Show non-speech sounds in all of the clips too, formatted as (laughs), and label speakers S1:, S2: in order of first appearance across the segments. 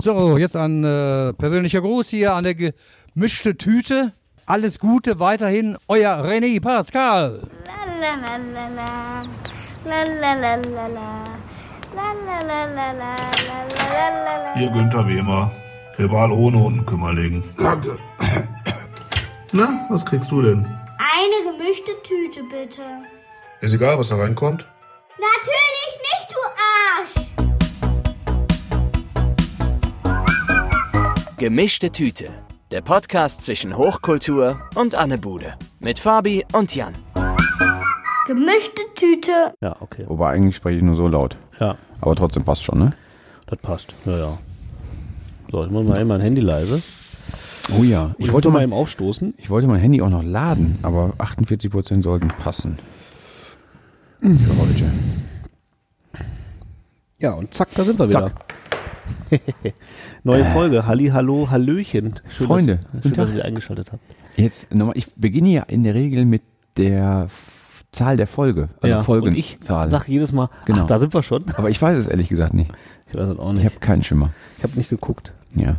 S1: So, jetzt ein äh, persönlicher Gruß hier an der gemischte Tüte. Alles Gute weiterhin, euer René Pascal.
S2: Ihr Günther wie immer. Rival ohne Unkümmerling.
S3: Danke.
S2: Na, was kriegst du denn?
S4: Eine gemischte Tüte bitte.
S2: Ist egal, was da reinkommt.
S4: Natürlich nicht, du Arsch!
S5: Gemischte Tüte. Der Podcast zwischen Hochkultur und Anne Bude. Mit Fabi und Jan.
S4: Gemischte Tüte.
S6: Ja, okay.
S3: Wobei eigentlich spreche ich nur so laut.
S6: Ja,
S3: Aber trotzdem passt schon, ne?
S6: das passt. Ja, ja. So, ich muss mal eben mein Handy leise.
S3: Oh ja. Ich wollte,
S6: mal
S3: mein,
S6: eben aufstoßen.
S3: ich wollte mein Handy auch noch laden, aber 48% sollten passen. Für heute.
S6: Ja, und zack, da sind wir Äh.
S3: Zack.
S6: wieder. (laughs) Neue Folge. Halli, hallo, hallöchen. Schön,
S3: Freunde,
S6: dass, schön,
S3: guten
S6: dass
S3: Tag.
S6: ihr eingeschaltet habt.
S3: Jetzt nochmal, ich beginne ja in der Regel mit der F- Zahl der Folge. Also
S6: ja, und ich
S3: Folgenzahl.
S6: sag jedes Mal,
S3: Genau.
S6: ach, da sind wir schon.
S3: aber ich weiß es ehrlich gesagt nicht.
S6: Ich weiß es auch
S3: Ich
S6: nicht.
S3: habe keinen Schimmer.
S6: Ich habe nicht geguckt.
S3: Ja.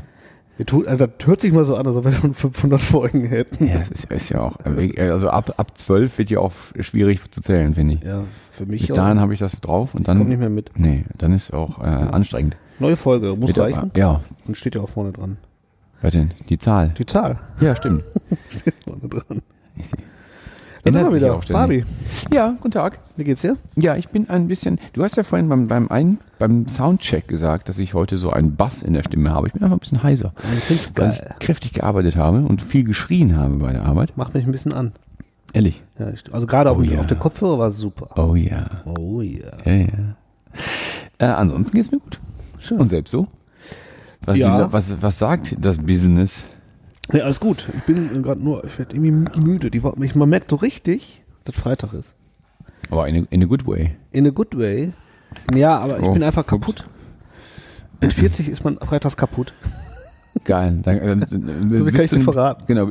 S6: Wir tun, also, das hört sich mal so an, als ob wir schon 500 Folgen hätten.
S3: Ja, es ist, ist ja auch. Also ab, ab 12 wird ja auch schwierig zu zählen, finde ich.
S6: Ja, für mich
S3: Bis
S6: auch.
S3: dahin habe ich das drauf und dann.
S6: Komm nicht mehr mit.
S3: Nee, dann ist auch äh, anstrengend.
S6: Neue Folge, muss
S3: Wird aber-
S6: reichen.
S3: Ja,
S6: Und steht ja auch vorne dran.
S3: was denn? Die Zahl.
S6: Die Zahl.
S3: Ja, stimmt.
S6: Vorne dran.
S3: Ich sehe.
S6: Da sind
S3: Ändert
S6: wir
S3: sich
S6: wieder.
S3: auch
S6: Fabi,
S3: ständig. Ja, guten Tag.
S6: wie geht's dir?
S3: Ja, ich bin ein bisschen. Du hast ja vorhin beim, beim, ein, beim Soundcheck gesagt, dass ich heute so einen Bass in der Stimme habe. Ich bin einfach ein bisschen heiser. Weil ich kräftig gearbeitet habe und viel geschrien habe bei der Arbeit.
S6: Macht mich ein bisschen an.
S3: Ehrlich.
S6: Ja, ich- also gerade auf,
S3: Oh
S6: dem-
S3: ja.
S6: auf der Kopfhörer war es super.
S3: Oh ja.
S6: Oh ja.
S3: Ja, ja. Äh, ansonsten geht's mir gut.
S6: Schön.
S3: Und selbst so? Was,
S6: Ja.
S3: was, was sagt das Business?
S6: Nee, alles gut. Ich bin gerade nur, ich werde irgendwie müde. Die, Woche- ich, man merkt so richtig, dass Freitag ist.
S3: Aber in a, in a good way.
S6: In a good way. Ja, aber ich
S3: Oh,
S6: bin einfach
S3: ups.
S6: kaputt. Mit 40 ist man freitags kaputt.
S3: Geil. Dann,
S6: (laughs)
S3: äh, so
S6: ich dir verraten.
S3: Genau.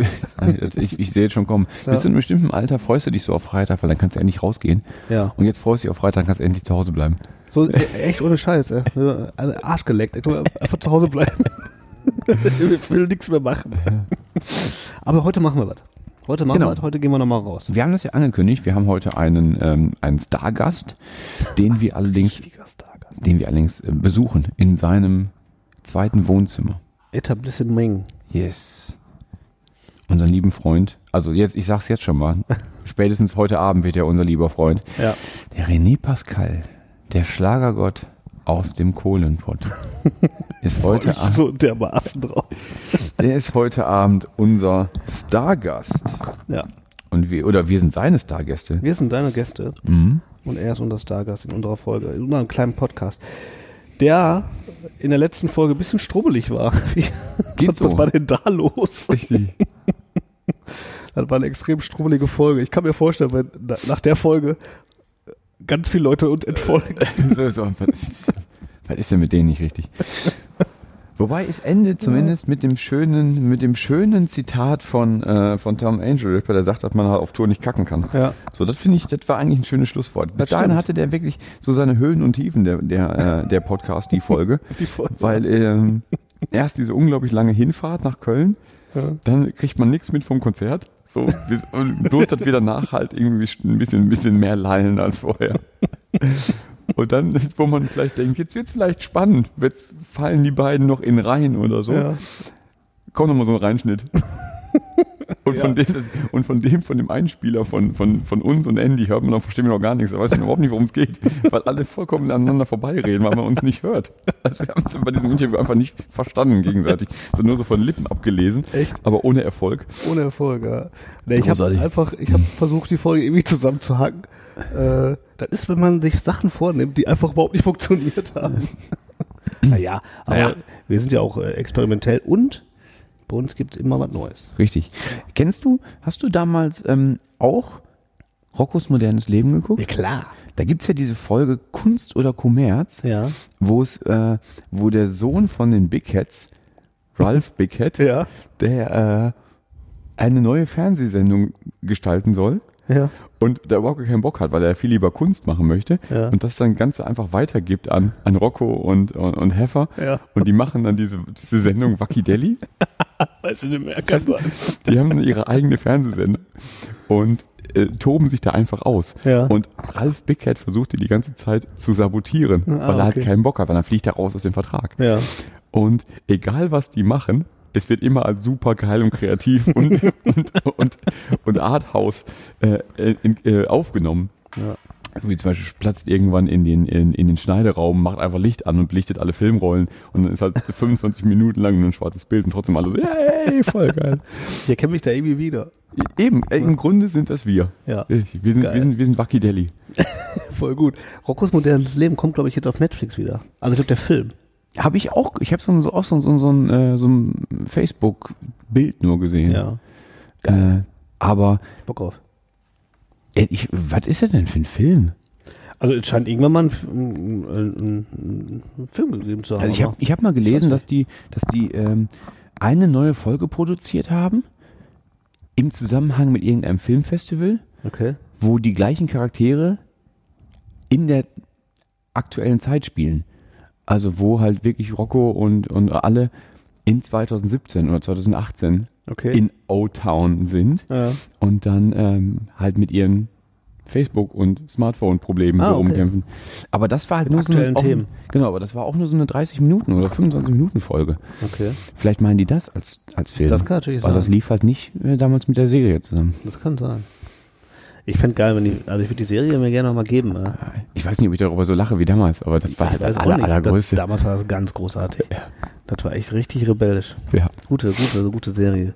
S3: Ich, ich sehe jetzt schon kommen.
S6: Ja.
S3: Bis zu einem bestimmten Alter freust du dich so auf Freitag, weil dann kannst du endlich rausgehen.
S6: Ja.
S3: Und jetzt freust du dich auf Freitag, kannst endlich zu Hause bleiben.
S6: So, e- echt ohne Scheiß. Ey. So, also Arsch geleckt. Ich will einfach zu Hause bleiben. ich will nichts mehr machen. Aber heute machen wir was. Heute machen
S3: Genau.
S6: wir was. Heute gehen wir nochmal raus.
S3: Wir haben das ja angekündigt. Wir haben heute einen, ähm, einen Stargast, den wir allerdings, den wir allerdings äh, besuchen in seinem zweiten Wohnzimmer.
S6: Etablissement.
S3: Yes. Unseren lieben Freund. Also jetzt, ich sag's jetzt
S6: (laughs)
S3: schon mal. Spätestens heute Abend wird er unser lieber Freund.
S6: Ja.
S3: Der René Pascal, der Schlagergott aus dem Kohlenpott,
S6: (laughs)
S3: ist heute Abend,
S6: So dermaßen drauf.
S3: der ist heute Abend unser Stargast.
S6: Ja.
S3: Und wir, oder wir sind seine Stargäste.
S6: Wir sind deine Gäste
S3: Mhm.
S6: und er ist unser Stargast in unserer Folge, in unserem kleinen Podcast, der in der letzten Folge ein bisschen strubbelig war. (laughs) Wie-
S3: Geht
S6: was,
S3: so.
S6: was war denn da los?
S3: Richtig.
S6: (laughs) Das war eine extrem strubbelige Folge. Ich kann mir vorstellen, wenn na- nach der Folge ganz viele Leute uns entfolgen.
S3: so, (laughs) so, was, was ist denn mit denen nicht
S6: (laughs)
S3: richtig? Wobei es endet zumindest mit dem schönen, mit dem schönen Zitat von, äh, von Tom Angel, der sagt, dass man halt auf Tour nicht kacken kann.
S6: Ja.
S3: So, das finde ich, das war eigentlich ein schönes Schlusswort. Bis
S6: Das
S3: dahin
S6: stimmt.
S3: hatte der wirklich so seine Höhen und Tiefen, der, der, äh, der Podcast, die Folge.
S6: (laughs) Die Folge.
S3: Weil ähm, erst diese unglaublich lange Hinfahrt nach Köln, dann kriegt man nichts mit vom Konzert. So, bis, und bloß dass wir danach halt irgendwie ein bisschen, ein bisschen mehr lallen als vorher. Und dann, wo man vielleicht denkt, jetzt wird's vielleicht spannend, jetzt fallen die beiden noch in Reihen oder so.
S6: Ja.
S3: Kommt nochmal so ein Reinschnitt. Und, von dem, das, und von dem, von dem Einspieler von, von, von uns und Andy hört man noch, verstehen wir noch gar nichts. Da weiß man überhaupt nicht, worum es geht. Weil alle vollkommen aneinander vorbeireden, weil man uns nicht hört. Also wir haben uns bei diesem Interview einfach nicht verstanden gegenseitig. So nur so von Lippen abgelesen.
S6: Echt?
S3: Aber ohne Erfolg.
S6: Ohne Erfolg, ja. Nee, ich habe
S3: Großartig.
S6: einfach, ich habe versucht, die Folge irgendwie zusammenzuhacken. Äh, das ist, wenn man sich Sachen vornimmt, die einfach überhaupt nicht funktioniert (laughs) haben. naja, aber
S3: Naja.
S6: wir sind ja auch äh, experimentell und bei uns gibt's immer was Neues.
S3: Richtig. Kennst du, hast du damals ähm, auch Roccos modernes Leben geguckt?
S6: klar.
S3: Da gibt's ja diese Folge Kunst oder Kommerz,
S6: Ja.
S3: wo es, äh, wo der Sohn von den Big Cats, Ralph Big Cat,
S6: Ja.
S3: der äh, eine neue Fernsehsendung gestalten soll.
S6: Ja.
S3: und der überhaupt keinen Bock hat, weil er viel lieber Kunst machen möchte
S6: Ja.
S3: und das dann Ganze einfach weitergibt an, an Rocco und, und, und Heffer.
S6: Ja.
S3: Und die machen dann diese, diese Sendung Wacky Deli.
S6: Weißt du nicht mehr, kann sein.
S3: Die haben ihre eigene Fernsehsendung und äh, toben sich da einfach aus.
S6: Ja.
S3: Und Ralf Bickhead versuchte die ganze Zeit zu sabotieren, weil er halt
S6: Ah, okay.
S3: keinen Bock hat, weil dann fliegt er raus aus dem Vertrag.
S6: Ja.
S3: Und egal was die machen, es wird immer als super geil und kreativ
S6: (laughs)
S3: und, und, und, und Arthouse äh, in, äh, aufgenommen. So wie zum Beispiel platzt irgendwann in den, in, in den Schneideraum, macht einfach Licht an und belichtet alle Filmrollen und dann ist
S6: (laughs)
S3: halt 25 Minuten lang nur ein schwarzes Bild und trotzdem alle so, yay, voll geil.
S6: Ich erkenne mich da irgendwie wieder.
S3: Eben, äh, im Grunde sind das wir.
S6: Ja.
S3: Ich, wir, sind,
S6: Geil.
S3: wir sind, wir sind Wacky Deli.
S6: Voll gut. Roccos modernes Leben kommt, glaube ich, jetzt auf Netflix wieder. Also ich glaube, der Film.
S3: Habe ich auch, ich habe so, so, auch so, so, so ein, äh, so ein Facebook-Bild nur gesehen.
S6: Ja.
S3: Äh, aber
S6: Bock auf.
S3: Äh, Ich, was ist das denn für ein Film?
S6: Also es scheint irgendwann mal einen, einen, einen, einen Film gegeben zu haben.
S3: Also ich habe
S6: oder?
S3: ich hab mal gelesen, dass die, dass die ähm, eine neue Folge produziert haben im Zusammenhang mit irgendeinem Filmfestival,
S6: okay.
S3: wo die gleichen Charaktere in der aktuellen Zeit spielen. Also wo halt wirklich Rocco und, und alle in 2017 oder 2018
S6: Okay.
S3: in O-Town sind
S6: ja.
S3: und dann ähm, halt mit ihren Facebook- und Smartphone-Problemen
S6: Ah,
S3: so
S6: okay.
S3: rumkämpfen. Aber das war halt nur so
S6: aktuellen
S3: eine, auch,
S6: Themen.
S3: Genau, aber das war auch nur so eine 30 Minuten oder 25 Minuten Folge.
S6: okay.
S3: Vielleicht meinen die das als, als Film.
S6: Das kann natürlich
S3: Weil das
S6: sein.
S3: lief halt nicht äh, damals mit der Serie zusammen.
S6: Das kann sein. Ich fände geil, wenn die, also ich würde die Serie mir gerne nochmal geben. Ja.
S3: Ich weiß nicht, ob ich darüber so lache wie damals, aber das war halt das
S6: auch
S3: aller,
S6: nicht.
S3: allergrößte.
S6: Das, damals war das ganz großartig. Das war echt richtig rebellisch.
S3: ja.
S6: Gute, gute, also gute Serie.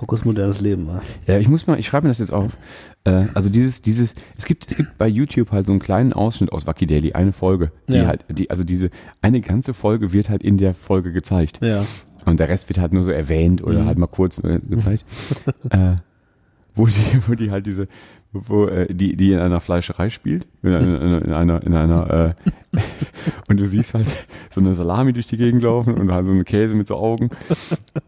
S6: Roccos modernes Leben. Ja.
S3: ja, ich muss mal, ich schreibe mir das jetzt auf. Äh, also dieses, dieses, es gibt, es gibt bei YouTube halt so einen kleinen Ausschnitt aus Wacky Daily, eine Folge, die
S6: Ja.
S3: halt, die, also diese, eine ganze Folge wird halt in der Folge gezeigt.
S6: ja.
S3: Und der Rest wird halt nur so erwähnt oder halt mal kurz äh, gezeigt. äh, wo, die, (laughs) wo die halt diese, wo äh, die, die in einer Fleischerei spielt, in einer, in einer- in einer, in einer äh, (laughs) und du siehst halt so eine Salami durch die Gegend laufen und halt so einen Käse mit so Augen.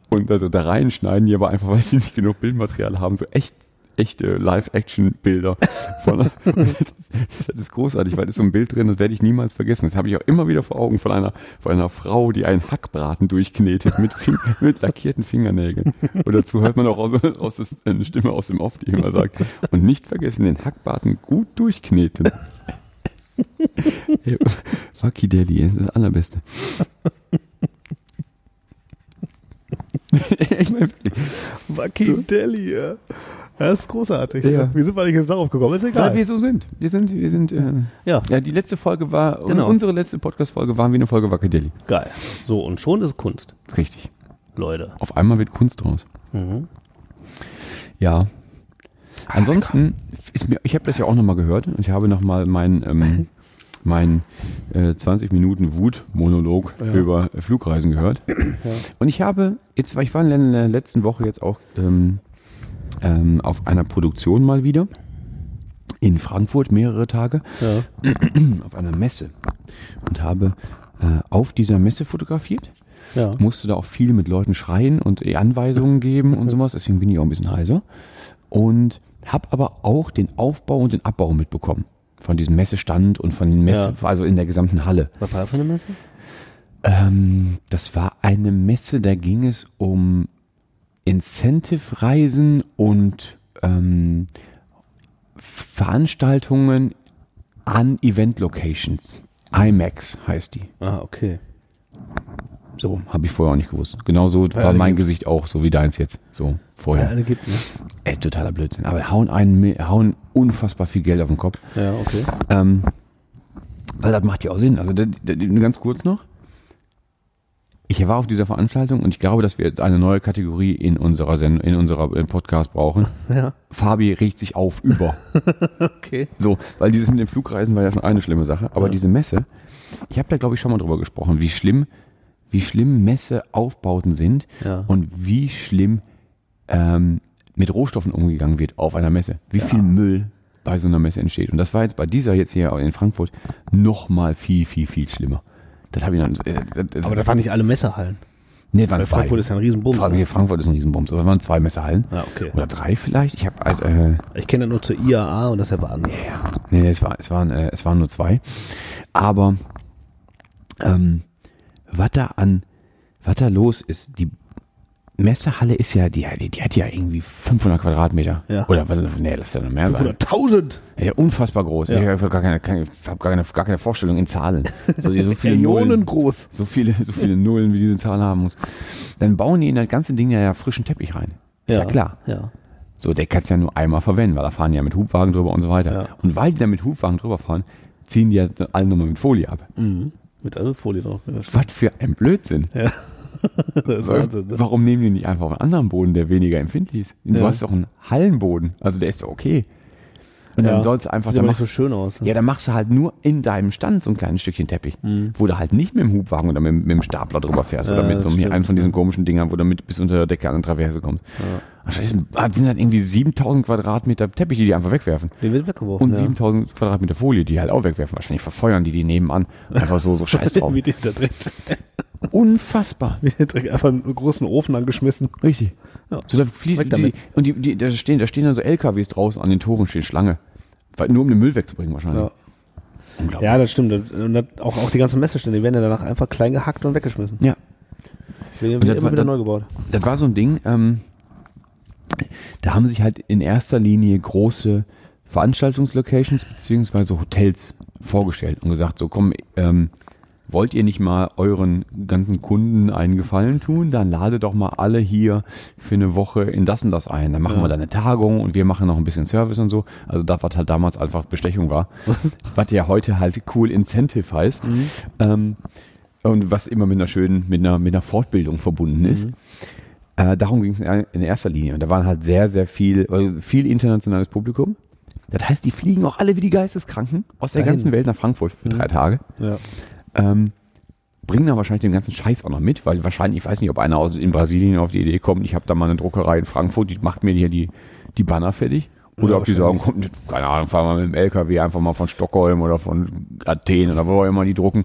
S3: Und also da reinschneiden die aber einfach, (laughs) weil sie nicht genug Bildmaterial haben, so echt echte Live-Action-Bilder von (laughs) und das, ist- das ist großartig, weil da ist so ein Bild drin, das werde ich niemals vergessen. Das habe ich auch immer wieder vor Augen von einer, von einer Frau, die einen Hackbraten durchknetet mit, Fing, (laughs) mit lackierten Fingernägeln. Und dazu hört man auch aus, aus das, eine Stimme aus dem Off, die immer sagt, und nicht vergessen, den Hackbraten gut durchkneten. Ey, Wacky Daddy, das ist das Allerbeste. ich mein,
S6: Wacky Deli, ja. Das ist großartig. ne?
S3: Ja.
S6: Wie sind wir nicht jetzt darauf gekommen? Ist
S3: weil wir
S6: egal.
S3: so sind. Wir sind, wir sind, äh,
S6: Ja,
S3: ja, die letzte Folge war,
S6: Genau.
S3: unsere letzte Podcast-Folge waren wir eine Folge Wacky Daddy.
S6: geil. So, und schon ist Kunst,
S3: Richtig.
S6: Leute.
S3: Auf einmal wird Kunst draus. Ja. Ansonsten ist mir, ich habe das ja auch nochmal gehört und ich habe nochmal meinen ähm, mein, äh, 20 Minuten Wut-Monolog über Flugreisen gehört. Und ich habe, jetzt, weil ich war in der letzten Woche jetzt auch ähm, ähm, auf einer Produktion mal wieder in Frankfurt mehrere Tage
S6: Ja.
S3: auf einer Messe und habe äh, auf dieser Messe fotografiert
S6: Ja.
S3: musste da auch viel mit Leuten schreien und eh Anweisungen geben und sowas, deswegen bin ich auch ein bisschen heiser. Und habe aber auch den Aufbau und den Abbau mitbekommen. Von diesem Messestand und von den Messe, also in der gesamten Halle.
S6: Was war das für eine Messe?
S3: Ähm, das war eine Messe, da ging es um Incentive-Reisen und ähm, Veranstaltungen an Event-Locations. IMAX heißt die.
S6: Ah, okay.
S3: So, habe ich vorher auch nicht gewusst. Genauso war
S6: alle
S3: mein
S6: gibt's.
S3: Gesicht auch, so wie deins jetzt. So,
S6: Ja.
S3: vorher.
S6: Alle gibt, ne?
S3: Ey, totaler Blödsinn. Aber hauen, einen, mi- hauen unfassbar viel Geld auf den Kopf.
S6: Ja, okay.
S3: Ähm, weil das macht ja auch Sinn. Also das- das- ganz kurz noch. Ich war auf dieser Veranstaltung und ich glaube, dass wir jetzt eine neue Kategorie in unserer Send in unserer im Podcast brauchen.
S6: (laughs) Ja.
S3: Fabi regt sich auf über.
S6: Okay.
S3: So, weil dieses mit den Flugreisen war ja schon eine schlimme Sache, aber diese Messe, ich habe da glaube ich schon mal drüber gesprochen, wie schlimm, wie schlimm Messeaufbauten sind
S6: Ja.
S3: und wie schlimm ähm, mit Rohstoffen umgegangen wird auf einer Messe. Wie viel Müll bei so einer Messe entsteht. Und das war jetzt bei dieser jetzt hier in Frankfurt noch mal viel, viel, viel schlimmer. Das habe ich dann. Das, das, das,
S6: Aber da waren nicht alle Messerhallen.
S3: Nee, waren
S6: Weil
S3: zwei.
S6: Frankfurt ist ja ein Riesenbums. ne?
S3: Fra- nee, Frankfurt ist ein Riesenbums, aber waren zwei Messehallen.
S6: Ja, okay.
S3: Oder drei vielleicht. Ich habe äh,
S6: Ich kenne ja nur zur IAA und das war anders.
S3: Ja, nee, nee, es, war, es, waren, äh, es waren nur zwei. Aber ähm, was da an, was da los ist, die Messehalle ist ja, die, die, die hat ja irgendwie 500 Quadratmeter.
S6: Ja.
S3: Oder, was- nee, das ist ja noch mehr sein.
S6: 100.000!
S3: Ja, unfassbar groß.
S6: Ja.
S3: Ich habe gar keine, keine, hab gar, keine, gar keine Vorstellung in Zahlen. So, so viele
S6: (laughs) Millionen
S3: Nullen,
S6: groß.
S3: So viele, so viele Nullen, wie diese Zahl haben muss. Dann bauen die in das ganze Ding ja, ja frischen Teppich rein. Ist ja, klar.
S6: Ja.
S3: So, der kannst ja nur einmal verwenden, weil da fahren die ja mit Hubwagen drüber und so weiter.
S6: Ja.
S3: Und weil die da mit Hubwagen drüber fahren, ziehen die ja alle nochmal mit Folie ab.
S6: Mit einer Folie drauf. Ja, das
S3: Was für ein Blödsinn.
S6: ist Wahnsinn. Ne?
S3: Warum nehmen die nicht einfach auf einen anderen Boden, der weniger empfindlich ist? Du
S6: Ja.
S3: hast doch einen Hallenboden, also der ist doch okay. Und dann sollst du einfach,
S6: Sieht
S3: dann
S6: aber nicht so
S3: machst,
S6: schön aus. ne?
S3: ja, dann machst du halt nur in deinem Stand so ein kleines Stückchen Teppich, wo du halt nicht mit dem Hubwagen oder mit, mit dem Stapler drüber fährst oder
S6: Mhm. Ja,
S3: mit so
S6: das
S3: einem-
S6: stimmt.
S3: einem von diesen komischen Dingern, wo du mit bis unter der Decke an den Traverse kommst. Also das sind halt irgendwie 7000 Quadratmeter Teppich, die die einfach wegwerfen.
S6: Die wird weggeworfen.
S3: Und
S6: ja. (laughs)
S3: 7000 Quadratmeter Folie, die halt auch wegwerfen. Wahrscheinlich verfeuern die die nebenan. Einfach so,
S6: (laughs)
S3: so scheiß drauf.
S6: Wie die da direkt,
S3: Unfassbar.
S6: (laughs) wie die direkt einfach einen großen Ofen angeschmissen.
S3: Richtig.
S6: Ja.
S3: So, da fließt
S6: Weg
S3: die,
S6: damit.
S3: und die, die, da, stehen, da stehen dann so LKWs draußen an den Toren, stehen Schlange. Weil- Nur um den Müll wegzubringen wahrscheinlich.
S6: Ja. Ja, das stimmt. Und das, auch, auch die ganzen Messestände, die werden ja danach einfach klein gehackt und weggeschmissen.
S3: Ja.
S6: Wir
S3: Und
S6: werden
S3: das
S6: immer
S3: war-
S6: wieder
S3: das-
S6: neu gebaut.
S3: Das war so ein Ding, ähm, da haben sich halt in erster Linie große Veranstaltungslocations beziehungsweise Hotels vorgestellt und gesagt, so komm, ähm, wollt ihr nicht mal euren ganzen Kunden einen Gefallen tun? Dann lade doch mal alle hier für eine Woche in das und das ein. Dann machen wir da eine Tagung und wir machen noch ein bisschen Service und so. Also das, was halt damals einfach Bestechung war, was ja heute halt cool Incentive heißt. Ähm, und was immer mit einer schönen, mit einer, mit einer Fortbildung verbunden ist. Äh, darum ging es in, er- in erster Linie. Und da waren halt sehr, sehr viel, also viel internationales Publikum. Das heißt, die fliegen auch alle wie die Geisteskranken aus der
S6: Dahin. Mhm.
S3: ganzen Welt nach Frankfurt für drei Tage.
S6: Ja.
S3: Ähm, bringen dann wahrscheinlich den ganzen Scheiß auch noch mit, weil wahrscheinlich, ich weiß nicht, ob einer aus, in Brasilien auf die Idee kommt, ich habe da mal eine Druckerei in Frankfurt, die macht mir hier die, die Banner fertig. Oder
S6: Ja,
S3: ob die sagen, komm, keine Ahnung, fahren wir mit dem LKW einfach mal von Stockholm oder von Athen oder wo auch immer die drucken,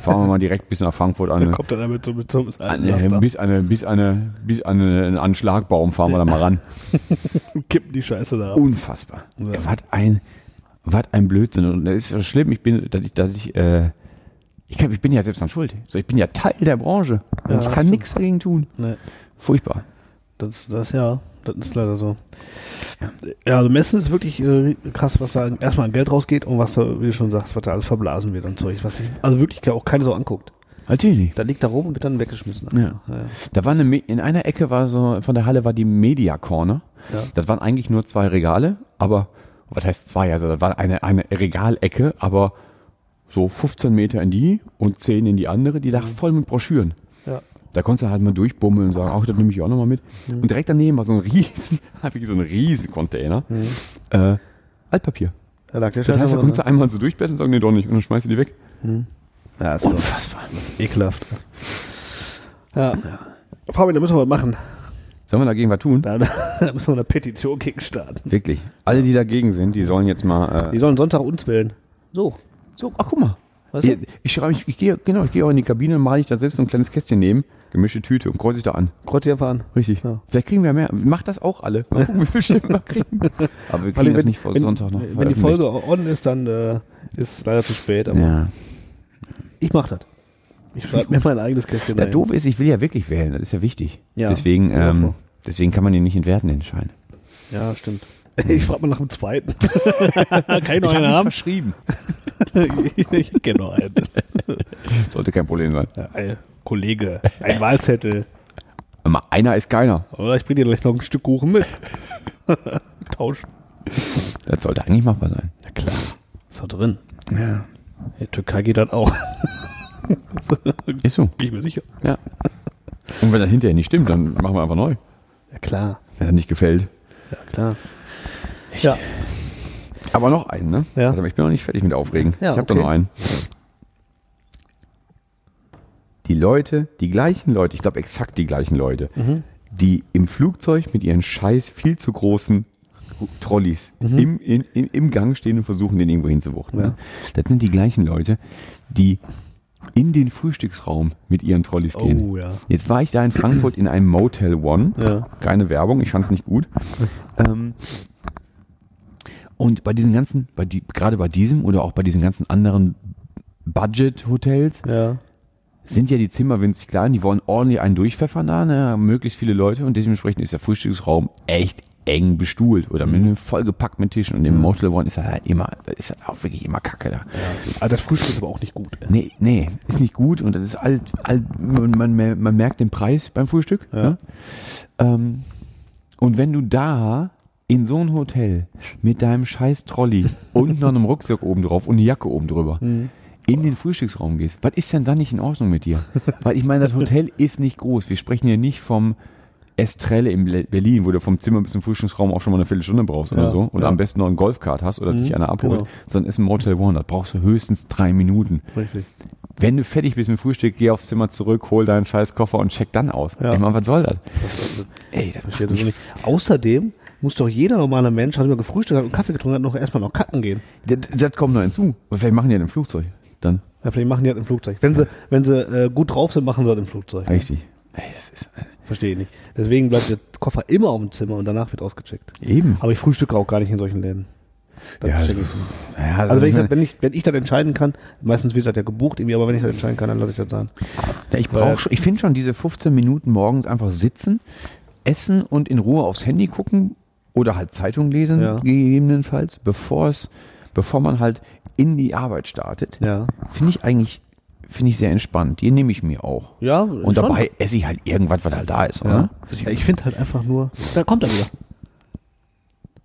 S3: fahren wir mal direkt bis nach Frankfurt an. ne?
S6: Dann kommt dann damit so mit so einem
S3: Eine,
S6: Laster.
S3: bis eine, bis eine, bis eine, einen Anschlagbaum fahren wir da mal ran.
S6: Kippen die Scheiße da ab.
S3: (laughs) Unfassbar.
S6: Ja.
S3: Was ein, was ein Blödsinn. Und das ist so schlimm. Ich bin, dass ich, dass ich, äh, ich, kann, ich bin ja selbst an Schuld. So, ich bin ja Teil der Branche. Und ich kann nichts dagegen tun.
S6: Nee.
S3: Furchtbar.
S6: Das, das ja, das ist leider so. Ja, also Messen ist wirklich äh, krass, was da erstmal an Geld rausgeht und was da, wie du schon sagst, was da alles verblasen wird und Zeug, was sich also wirklich auch keine so anguckt.
S3: Natürlich.
S6: Da liegt da rum und wird dann weggeschmissen.
S3: Ja.
S6: ja.
S3: Da war eine, Me- in einer Ecke war so, von der Halle war die Media Corner.
S6: Ja.
S3: Das waren eigentlich nur zwei Regale, aber, was heißt zwei? Also, das war eine, eine Regalecke, aber so 15 Meter in die und 10 in die andere, die lag
S6: Mhm.
S3: voll mit Broschüren.
S6: ja.
S3: Da konntest du halt mal durchbummeln und sagen, ach, das nehme ich auch nochmal mit.
S6: Mhm.
S3: Und direkt daneben war so ein riesen, (laughs) wirklich so ein riesen Container. Äh, Altpapier.
S6: Da lag der
S3: Das heißt, da
S6: Mhm. aber
S3: konntest
S6: noch,
S3: du einmal so durchblättern und sagen, nee, doch nicht. Und dann schmeißt du die weg.
S6: ne? Ja, ist doch
S3: Unfassbar.
S6: (laughs) ekelhaft. Ja. Fabian, da müssen wir was machen.
S3: Sollen wir dagegen was tun?
S6: Da, da (laughs) müssen wir eine Petition gegen starten.
S3: Wirklich. Alle, die dagegen sind, die sollen jetzt mal.
S6: Die
S3: Äh,
S6: sollen Sonntag uns wählen. So.
S3: so, ach, guck mal.
S6: Weißt du?
S3: Ich, ich schreibe, ich, ich gehe, genau, ich gehe auch in die Kabine und male ich da selbst so ein kleines Kästchen neben, gemischte Tüte und kreuze ich da an.
S6: Kreuz dich einfach an.
S3: Richtig.
S6: Ja.
S3: Vielleicht kriegen wir mehr. Macht das auch alle. Mal gucken, wie viel Stimmen wir
S6: (laughs)
S3: kriegen. Aber wir kriegen das nicht vor Sonntag noch.
S6: Wenn die
S3: veröffentlicht.
S6: Folge on ist, dann äh, ist es leider zu spät. Aber
S3: Ja.
S6: Ich mach das. Ich schreibe mir mein eigenes Kästchen
S3: Der
S6: rein.
S3: doof ist, ich will ja wirklich wählen, das ist ja wichtig.
S6: Ja.
S3: Deswegen,
S6: Ja,
S3: ähm,
S6: voll.
S3: deswegen kann man ihn nicht entwerten, den Schein.
S6: Ja, (laughs) stimmt. Ich frage mal nach dem (laughs) zweiten. Kann (laughs) ich noch einen haben?
S3: verschrieben.
S6: ich (laughs) kenne noch einen.
S3: Sollte kein Problem sein.
S6: Ja, Genau, ein Kollege, ein Wahlzettel.
S3: Aber einer ist keiner.
S6: Oder ich bringe dir gleich noch ein Stück Kuchen (laughs) mit. Tauschen.
S3: Das sollte eigentlich machbar sein.
S6: Ja, klar. Ist doch drin. Ja. In der Türkei geht das auch. (laughs) Bin
S3: Ist so.
S6: ich mir sicher.
S3: Ja. Und wenn das hinterher nicht stimmt, dann machen wir einfach neu.
S6: Ja, klar.
S3: Wenn das nicht gefällt.
S6: Ja, klar. Ja.
S3: Aber noch einen, ne?
S6: Ja.
S3: Also ich bin noch nicht fertig mit Aufregen.
S6: Ja,
S3: ich habe
S6: okay.
S3: da noch einen. Die Leute, die gleichen Leute, ich glaube exakt die gleichen Leute, die im Flugzeug mit ihren scheiß viel zu großen Trolleys
S6: Mhm.
S3: im, in, ne? im, im Gang stehen und versuchen, den irgendwo hinzuwuchten.
S6: Ja.
S3: ne? Das sind die gleichen Leute, die in den Frühstücksraum mit ihren Trolleys gehen.
S6: Oh, ja.
S3: Jetzt war ich da in Frankfurt in einem Motel One.
S6: Ja.
S3: Keine Werbung, ich fand es nicht gut.
S6: (laughs)
S3: Ähm, und bei diesen ganzen, bei die, gerade bei diesem oder auch bei diesen ganzen anderen Budget-Hotels
S6: Ja.
S3: sind ja die Zimmer winzig klein, die wollen ordentlich einen durchpfeffern da, ne, möglichst viele Leute und dementsprechend ist der Frühstücksraum echt eng bestuhlt oder
S6: Mhm.
S3: mit vollgepackt mit Tischen und im Motel One ist das halt immer, ist halt auch wirklich immer kacke da.
S6: Aber Ah, das Frühstück ist aber auch nicht gut. ey.
S3: Nee, nee, ist nicht gut und das ist alt, alt man, man, man merkt den Preis beim Frühstück. Ne? Ähm, und wenn du da in so ein Hotel mit deinem
S6: (laughs)
S3: scheiß Trolley und noch einem Rucksack oben drauf und eine Jacke oben drüber
S6: Mhm.
S3: in den Frühstücksraum gehst, was ist denn da nicht in Ordnung
S6: (laughs)
S3: mit dir? Weil ich meine, das Hotel ist nicht groß. Wir sprechen hier nicht vom Estrelle in Ble- Berlin, wo du vom Zimmer bis zum Frühstücksraum auch schon mal eine Viertelstunde brauchst oder
S6: Ja,
S3: so und
S6: ja.
S3: am besten noch einen Golfkart hast oder dich einer abholt,
S6: genau.
S3: sondern ist ein Motel One. Das brauchst du höchstens drei Minuten
S6: Richtig.
S3: wenn du fertig bist mit dem Frühstück, geh aufs Zimmer zurück, hol deinen scheiß Koffer und check dann aus.
S6: Ja.
S3: Ich meine, was soll das? Ey, das macht
S6: Versteht das also
S3: mich,
S6: nicht. Außerdem muss doch jeder normale Mensch, hat immer gefrühstückt hat und Kaffee getrunken hat, noch erstmal noch kacken gehen.
S3: das, das kommt noch hinzu. Und vielleicht machen die ja im Flugzeug. Dann.
S6: Ja, vielleicht machen die halt im Flugzeug. Wenn sie, wenn sie äh, gut drauf sind, machen sie das im Flugzeug.
S3: Richtig. Ey, das ist. äh,
S6: Verstehe ich nicht. Deswegen bleibt der Koffer immer auf dem Zimmer und danach wird ausgecheckt.
S3: Eben.
S6: Aber ich frühstücke auch gar nicht in solchen Läden. Das
S3: Ja,
S6: check ich nicht.
S3: Ja,
S6: Also
S3: das
S6: wenn
S3: ist
S6: ich, das,
S3: eine-
S6: wenn, ich, wenn ich das entscheiden kann, meistens wird das ja gebucht irgendwie, aber wenn ich das entscheiden kann, dann lasse ich das sein.
S3: Ja, ich brauche schon, ich finde schon diese 15 Minuten morgens einfach sitzen, essen und in Ruhe aufs Handy gucken oder halt Zeitung lesen,
S6: Ja.
S3: gegebenenfalls, bevor es, bevor man halt in die Arbeit startet.
S6: Ja.
S3: Finde ich eigentlich, finde ich sehr entspannt. Die nehme ich mir auch.
S6: Ja,
S3: Und
S6: schon.
S3: dabei esse ich halt irgendwas, was halt da ist,
S6: Ja.
S3: oder?
S6: Ja, ich finde halt einfach nur, da kommt er wieder.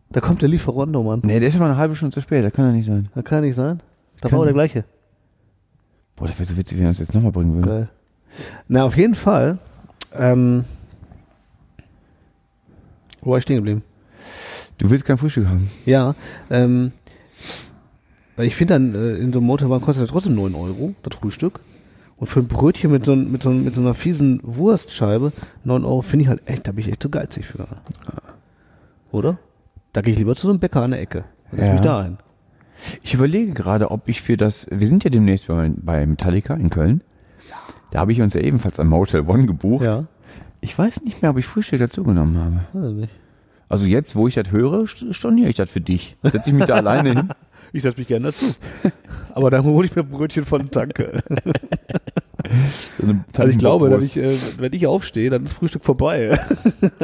S6: Da kommt der Lieferando, Mann.
S3: Nee, der ist immer eine halbe Stunde zu spät, das kann ja nicht sein.
S6: Das kann nicht sein. Da
S3: Kann-
S6: war der gleiche.
S3: Boah, das wäre so witzig, wenn er uns jetzt nochmal bringen würde.
S6: Geil. Na, auf jeden Fall. Ähm, wo war ich stehen geblieben?
S3: Du willst kein Frühstück haben.
S6: Ja. Ähm, weil ich finde dann, äh, in so einem Motorwagen kostet das trotzdem 9 Euro, das Frühstück. Und für ein Brötchen mit so, ein- mit so, ein- mit so einer fiesen Wurstscheibe 9 Euro finde ich halt echt, da bin ich echt zu geizig für. Oder? Da gehe ich lieber zu so einem Bäcker an der Ecke. Und lass
S3: Ja.
S6: mich da hin.
S3: Ich überlege gerade, ob ich für das. Wir sind ja demnächst bei, bei Metallica in Köln. Da habe ich uns ja ebenfalls am Motel One gebucht.
S6: Ja.
S3: Ich weiß nicht mehr, ob ich Frühstück dazugenommen habe.
S6: Weiß ich nicht.
S3: Also jetzt, wo ich das höre, st- storniere ich das für dich. Setze ich mich da (laughs) alleine hin.
S6: Ich setze mich gerne dazu. (laughs) Aber dann hole ich mir Brötchen von Tanke. (laughs)
S3: So eine
S6: Also ich glaube, dass
S3: Tannenbockwurst.
S6: ich, äh, wenn ich aufstehe, dann ist Frühstück vorbei.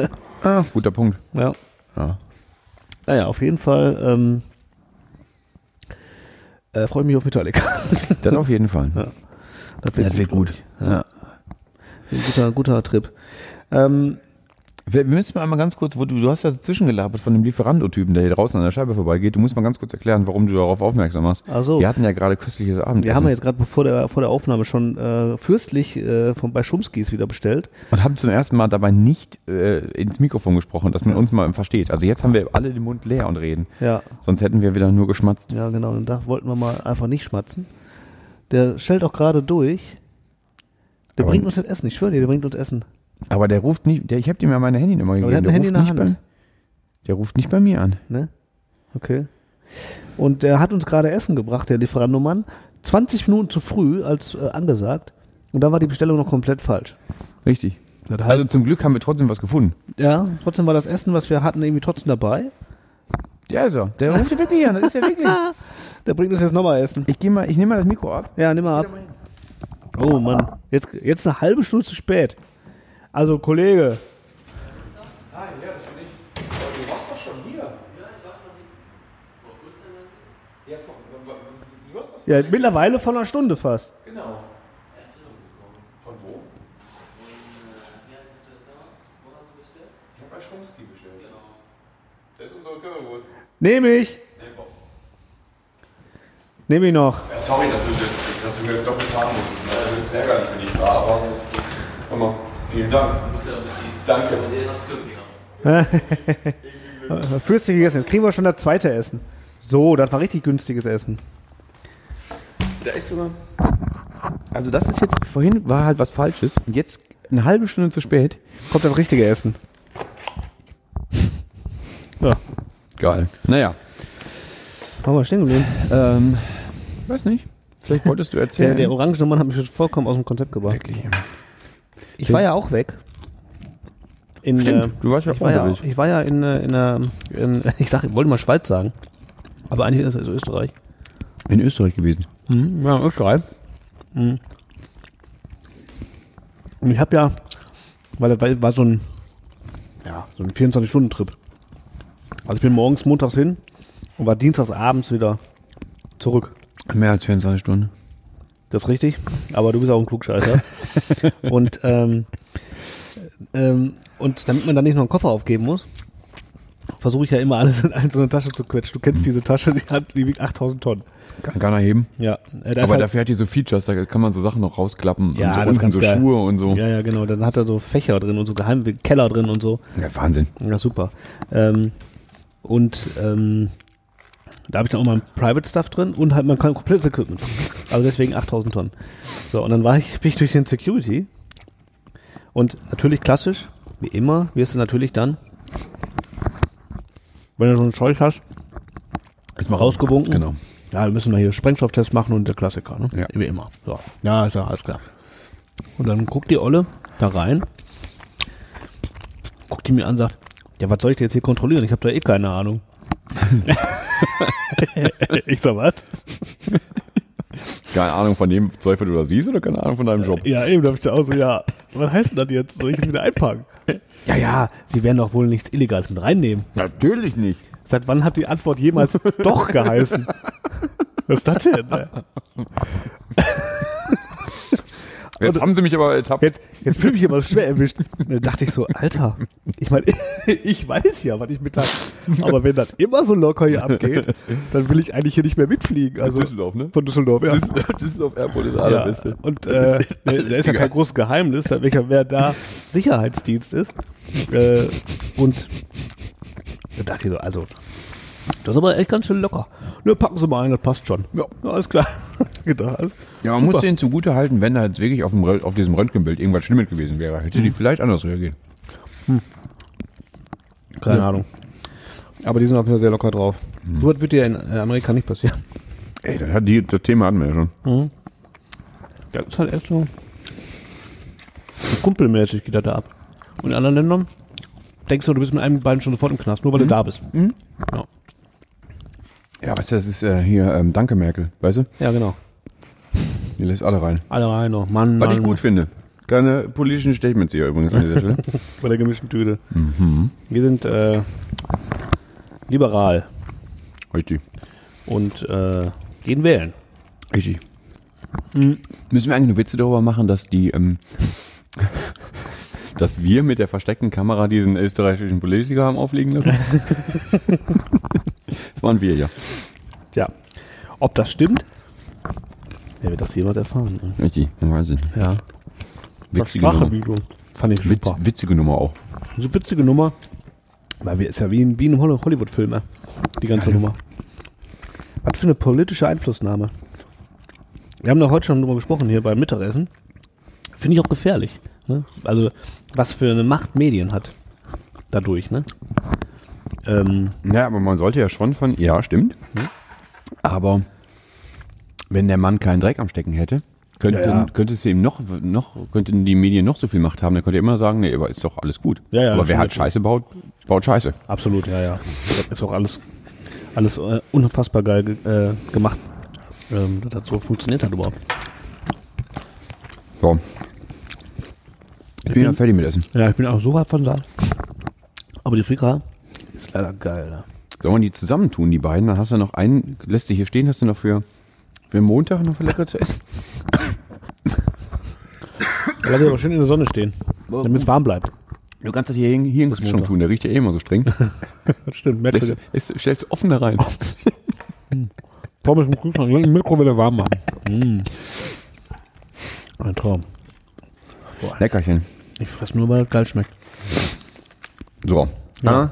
S6: (laughs)
S3: Ah, guter Punkt.
S6: ja.
S3: Ja.
S6: Naja, auf jeden Fall ähm, äh, freue ich mich auf Metallica.
S3: Das auf jeden Fall.
S6: Das
S3: gut. Ja.
S6: glaub ich. Ein guter, guter Trip. Ähm,
S3: Wir wir müssen mal einmal ganz kurz, wo du, du hast ja dazwischen gelabert von dem Lieferando-Typen, der hier draußen an der Scheibe vorbeigeht. Du musst mal ganz kurz erklären, warum du darauf aufmerksam machst.
S6: Ach so.
S3: Wir hatten ja gerade köstliches Abendessen.
S6: wir haben ja jetzt gerade vor der, vor der Aufnahme schon äh, fürstlich äh, von, bei Schumskis wieder bestellt.
S3: und haben zum ersten Mal dabei nicht äh, ins Mikrofon gesprochen, dass man uns mal versteht. Also jetzt haben wir alle den Mund leer und reden.
S6: Ja.
S3: Sonst hätten wir wieder nur geschmatzt.
S6: Ja, genau. Und da wollten wir mal einfach nicht schmatzen. Der stellt auch gerade durch. Der
S3: Aber-
S6: bringt uns das Essen. Ich schwöre dir, der bringt uns Essen.
S3: Aber der ruft nicht, der, ich habe dem ja meine Handynummer gegeben.
S6: der hat ein Handy
S3: ruft
S6: in der
S3: nicht
S6: Hand.
S3: Bei, der ruft nicht bei mir an.
S6: Ne? Okay. Und der hat uns gerade Essen gebracht, der Lieferandomann. 20 Minuten zu früh als äh, angesagt. Und da war die Bestellung noch komplett falsch.
S3: Richtig. also zum Glück haben wir trotzdem was gefunden.
S6: Ja, trotzdem war das Essen, was wir hatten, irgendwie trotzdem dabei.
S3: Ja, ist er. Der ruft ja wirklich an. Das ist
S6: (laughs)
S3: ja wirklich.
S6: Der bringt uns jetzt nochmal Essen.
S3: Ich, geh mal- ich nehme mal das Mikro ab.
S6: Ja, nimm mal ab. Oh Mann, jetzt, jetzt eine halbe Stunde zu spät. Also Kollege. Ja, mittlerweile von einer Stunde fast. Nehme ich. Nehme ich noch.
S7: Sorry, dass du, dass du mir das doppelt sagen musstest. ne? Das ist ärgerlich für dich, war, aber immer vielen Dank. Danke.
S6: Fürstlich gegessen. Jetzt kriegen wir schon das zweite Essen. So, das war richtig günstiges Essen.
S3: Da ist sogar. Also das ist jetzt, vorhin war halt was Falsches und jetzt eine halbe Stunde zu spät.
S6: Kommt das richtige Essen. Ja,
S3: Geil. Naja.
S6: haben wir stehen geblieben.
S3: Ähm, weiß nicht. Vielleicht wolltest du
S6: Der,
S3: erzählen.
S6: der orangene Mann hat mich schon vollkommen aus dem Konzept gebracht.
S3: Wirklich.
S6: Ich war ja auch weg. In, äh,
S3: Stimmt, du warst ja
S6: ich
S3: auch
S6: war ja,
S3: unterwegs.
S6: ich war ja in, äh, in, einer- in (laughs) ich sag, ich wollte mal Schweiz sagen, aber eigentlich ist es Österreich.
S3: In Österreich gewesen.
S6: Ja, Österreich. Und ich habe ja, weil das war so ein, ja, so ein 24-Stunden-Trip. Also ich bin morgens montags hin und war dienstags abends wieder zurück.
S3: Mehr als 24 Stunden.
S6: Das ist richtig, aber du bist auch ein (laughs) Klugscheißer. und, ähm, ähm, und damit man dann nicht noch einen Koffer aufgeben muss, versuche ich ja immer alles in eine, so eine Tasche zu quetschen. Du kennst diese Tasche, die, hat, die wiegt 8000 Tonnen.
S3: Kann keiner heben.
S6: Ja, äh, da ist
S3: Aber
S6: halt-
S3: dafür hat die so Features, da kann man so Sachen noch rausklappen.
S6: Ja,
S3: und so
S6: das ist
S3: unten
S6: ganz
S3: so
S6: geil.
S3: Schuhe und so.
S6: Ja, ja, genau. Dann hat er so Fächer drin und so geheime Keller drin und so.
S3: Ja, Wahnsinn.
S6: Ja, super. Ähm, und ähm, da habe ich dann auch mein Private Stuff drin und halt mein kom- komplettes Equipment. Also deswegen 8000 Tonnen. So, und dann war ich, bin ich durch den Security. Und natürlich klassisch, wie immer, wirst du natürlich dann, wenn du so ein Zeug hast,
S3: Ist mal
S6: rausgewunken.
S3: Genau.
S6: Ja, wir müssen mal hier Sprengstofftest machen und der Klassiker, ne?
S3: Ja.
S6: Wie immer. So. Ja, ist ja alles klar. Und dann guckt die Olle da rein, guckt die mir an, sagt, ja, was soll ich denn jetzt hier kontrollieren? Ich habe da eh keine
S3: (laughs)
S6: Ahnung. ich sag, was?
S3: Keine Ahnung von dem Zeug, was du da siehst oder keine Ahnung von deinem Job.
S6: Ja, eben, da hab ich da auch so, ja, was heißt denn das jetzt? Soll ich jetzt wieder einpacken? Ja, ja, sie werden doch wohl nichts Illegales mit reinnehmen.
S3: Natürlich nicht.
S6: Seit wann hat die Antwort jemals doch geheißen? Was ist das denn? ey?
S3: Jetzt haben sie mich aber ertappt.
S6: Jetzt, jetzt fühle ich mich aber schwer erwischt. Da dachte ich so, Alter, ich meine, (laughs) ich weiß ja, was ich mit hab. Aber wenn das immer so locker hier abgeht, dann will ich eigentlich hier nicht mehr mitfliegen. Also
S3: Düsseldorf, ne?
S6: Von Düsseldorf, ja.
S3: Düsseldorf, (laughs) Düsseldorf Airport ist der
S6: ja.
S3: allerbeste.
S6: Und äh,
S3: (laughs)
S6: da ist ja kein großes Geheimnis, da welcher wer da Sicherheitsdienst ist. Äh, und da dachte ich so, also, das ist aber echt ganz schön locker. Ne, packen Sie mal ein, das passt schon. Ja, alles klar. (laughs) Genau. Gedacht, alles-
S3: Ja, man muss denen zugute halten, wenn da jetzt wirklich auf, dem, Rö- auf diesem Röntgenbild irgendwas Schlimmes gewesen wäre, hätte die vielleicht anders reagiert.
S6: Keine Ahnung. Aber die sind auf jeden Fall sehr locker drauf. So was wird dir in äh, Amerika nicht passieren.
S3: Ey, das, hat die, das Thema hatten wir ja schon.
S6: Das ist halt echt so kumpelmäßig geht das da ab. Und in anderen Ländern denkst du, du bist mit einem Bein schon sofort im Knast, nur weil du da bist. Ja.
S3: Ja, weißt du, das ist äh, hier, ähm, danke Merkel, weißt du?
S6: ja, genau.
S3: Die lässt alle rein.
S6: Alle rein noch. Mann,
S3: Was
S6: Mann.
S3: ich gut finde. Keine politischen Statements hier übrigens an dieser (laughs) Stelle.
S6: Bei der gemischten Tüte.
S3: Mhm.
S6: Wir sind äh, liberal
S3: Richtig.
S6: und äh, gehen wählen.
S3: Richtig. Müssen wir eigentlich nur Witze darüber machen, dass die, ähm, (laughs) dass wir mit der versteckten Kamera diesen österreichischen Politiker haben auflegen (laughs) lassen? das waren wir ja.
S6: Ja. Ob das stimmt? Wer wird das jemand erfahren?
S3: Richtig. Wahnsinn.
S6: Ja.
S3: Witzige Nummer.
S6: Sprachbildung. Fand ich
S3: Witz,
S6: super.
S3: witzige Nummer auch.
S6: So witzige Nummer. Weil wir ist ja wie in, wie in einem Holly- Hollywood-Film, ne? die ganze Nummer. Was für eine politische Einflussnahme. Wir haben da heute schon drüber gesprochen hier beim Mittagessen. Finde ich auch gefährlich. Ne? Also, was für eine Macht Medien hat. Dadurch, ne? Ähm,
S3: Ja, aber man sollte ja schon von, ja, stimmt. Aber wenn der Mann keinen Dreck am Stecken hätte, könnte,
S6: Ja, ja.
S3: könnte es ihm noch, noch, könnten die Medien noch so viel Macht haben, dann könnte er immer sagen, nee, aber ist doch alles gut.
S6: Ja, ja,
S3: aber wer
S6: stimmt.
S3: halt Scheiße baut, baut Scheiße.
S6: absolut, ja, ja. Das ist auch alles, alles äh, unfassbar geil ge- äh, gemacht. Ähm, das hat so funktioniert hat überhaupt.
S3: So. Ich bin ja fertig mit Essen.
S6: Ja, ich bin auch so weit von da. Aber die Frika ist leider geil, ne?
S3: Soll man die zusammentun, die beiden? Dann hast du noch einen, lässt dich hier stehen, hast du noch für, für Montag noch für lecker zu essen?
S6: Lass ihn aber schön in der Sonne stehen, damit es warm bleibt.
S3: Du kannst das hier, hin- hier
S6: Bis
S3: schon
S6: Montag.
S3: tun, der riecht ja eh immer so (laughs) streng.
S6: Das stimmt, merkst
S3: Lässt, lässt, stellst du offen da (laughs) rein.
S6: Pommes im Kühlschrank, in der Mikrowelle warm machen. Mm. Ein Traum.
S3: Leckerchen.
S6: Ich fress nur, weil es geil schmeckt.
S3: So. Ah,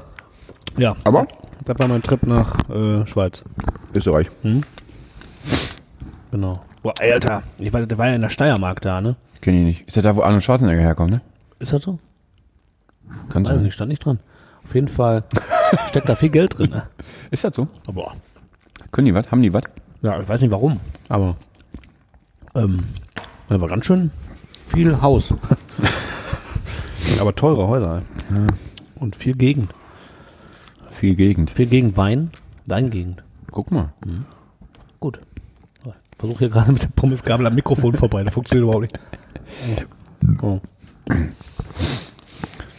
S6: Ja,
S3: aber
S6: das war mein Trip nach äh, Schweiz.
S3: Österreich.
S8: Hm.
S6: Genau. Boah, ey, Alter. Ich war, der war ja in der Steiermark da, ne?
S3: Kenn ich nicht. Ist das da, wo Arnold Schwarzenegger herkommt, ne?
S6: Ist das so?
S3: Kann
S6: Nein,
S3: sein.
S6: ich stand nicht dran. Auf jeden (laughs) Fall steckt da viel Geld drin, (laughs) ne?
S3: Ist das so?
S6: Aber,
S3: Können die was? Haben die was?
S6: ja, ich weiß nicht warum, aber Ähm, das war ganz schön viel (laughs) Haus. Aber teure Häuser. Und viel Gegend.
S8: Viel Gegend.
S6: Viel Gegend Wein. Deine Gegend.
S8: Guck mal.
S6: Gut. Versuche hier gerade mit der Pommesgabel am Mikrofon vorbei. Das funktioniert überhaupt nicht. Oh.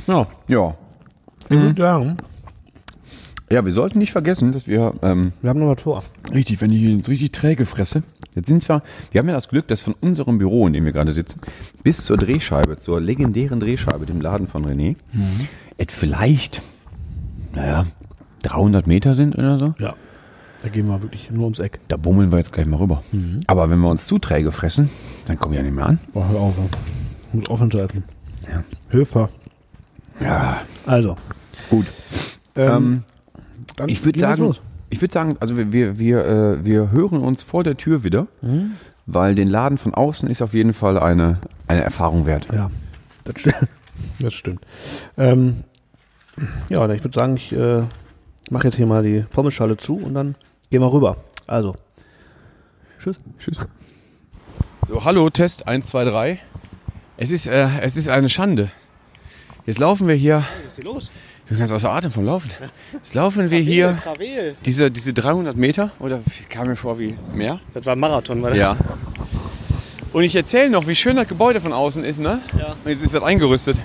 S8: Ja. Ja.
S6: Ich würde sagen,
S8: Ja, wir sollten nicht vergessen, dass wir ähm,
S6: wir haben noch was vor.
S8: Richtig, wenn ich jetzt richtig träge fresse. Jetzt sind zwar, wir haben ja das Glück, dass von unserem Büro, in dem wir gerade sitzen, bis zur Drehscheibe, zur legendären Drehscheibe, dem Laden von René,
S6: Mhm.
S8: et vielleicht, naja, 300 Meter sind oder so.
S6: Ja. Da gehen wir wirklich nur ums Eck.
S8: Da bummeln wir jetzt gleich mal rüber.
S6: Mhm.
S8: Aber wenn wir uns zu träge fressen, dann kommen wir ja nicht mehr an.
S6: Boah, hör auf. ey. Ich muss aufentscheiden. Ja. Hilfe.
S8: Ja,
S6: Also.
S8: gut.
S6: Ähm, dann
S8: Ich würde
S6: gehen wir's
S8: sagen,
S6: los.
S8: ich würde sagen, also wir, wir, wir, äh, wir hören uns vor der Tür wieder,
S6: Mhm.
S8: weil den Laden von außen ist auf jeden Fall eine, eine Erfahrung wert.
S6: Ja, das stimmt. (laughs) Das stimmt. Ähm, ja, dann ich würde sagen, ich äh, mache jetzt hier mal die Pommesschale zu und dann gehen wir rüber. Also. Tschüss.
S8: Tschüss.
S3: So, hallo, Test 1, 2, 3. Es ist, äh, es ist eine Schande. Jetzt laufen wir hier.
S9: Was ist hier los?
S3: Ich bin ganz außer Atem vom Laufen. Jetzt laufen wir hier
S9: Travel.
S3: diese, diese 300 Meter oder kam mir vor wie mehr.
S9: Das war ein Marathon, war das?
S3: Ja. Und ich erzähle noch, wie schön das Gebäude von außen ist, ne?
S9: Ja.
S3: Und jetzt ist das
S9: (laughs)
S3: eingerüstet.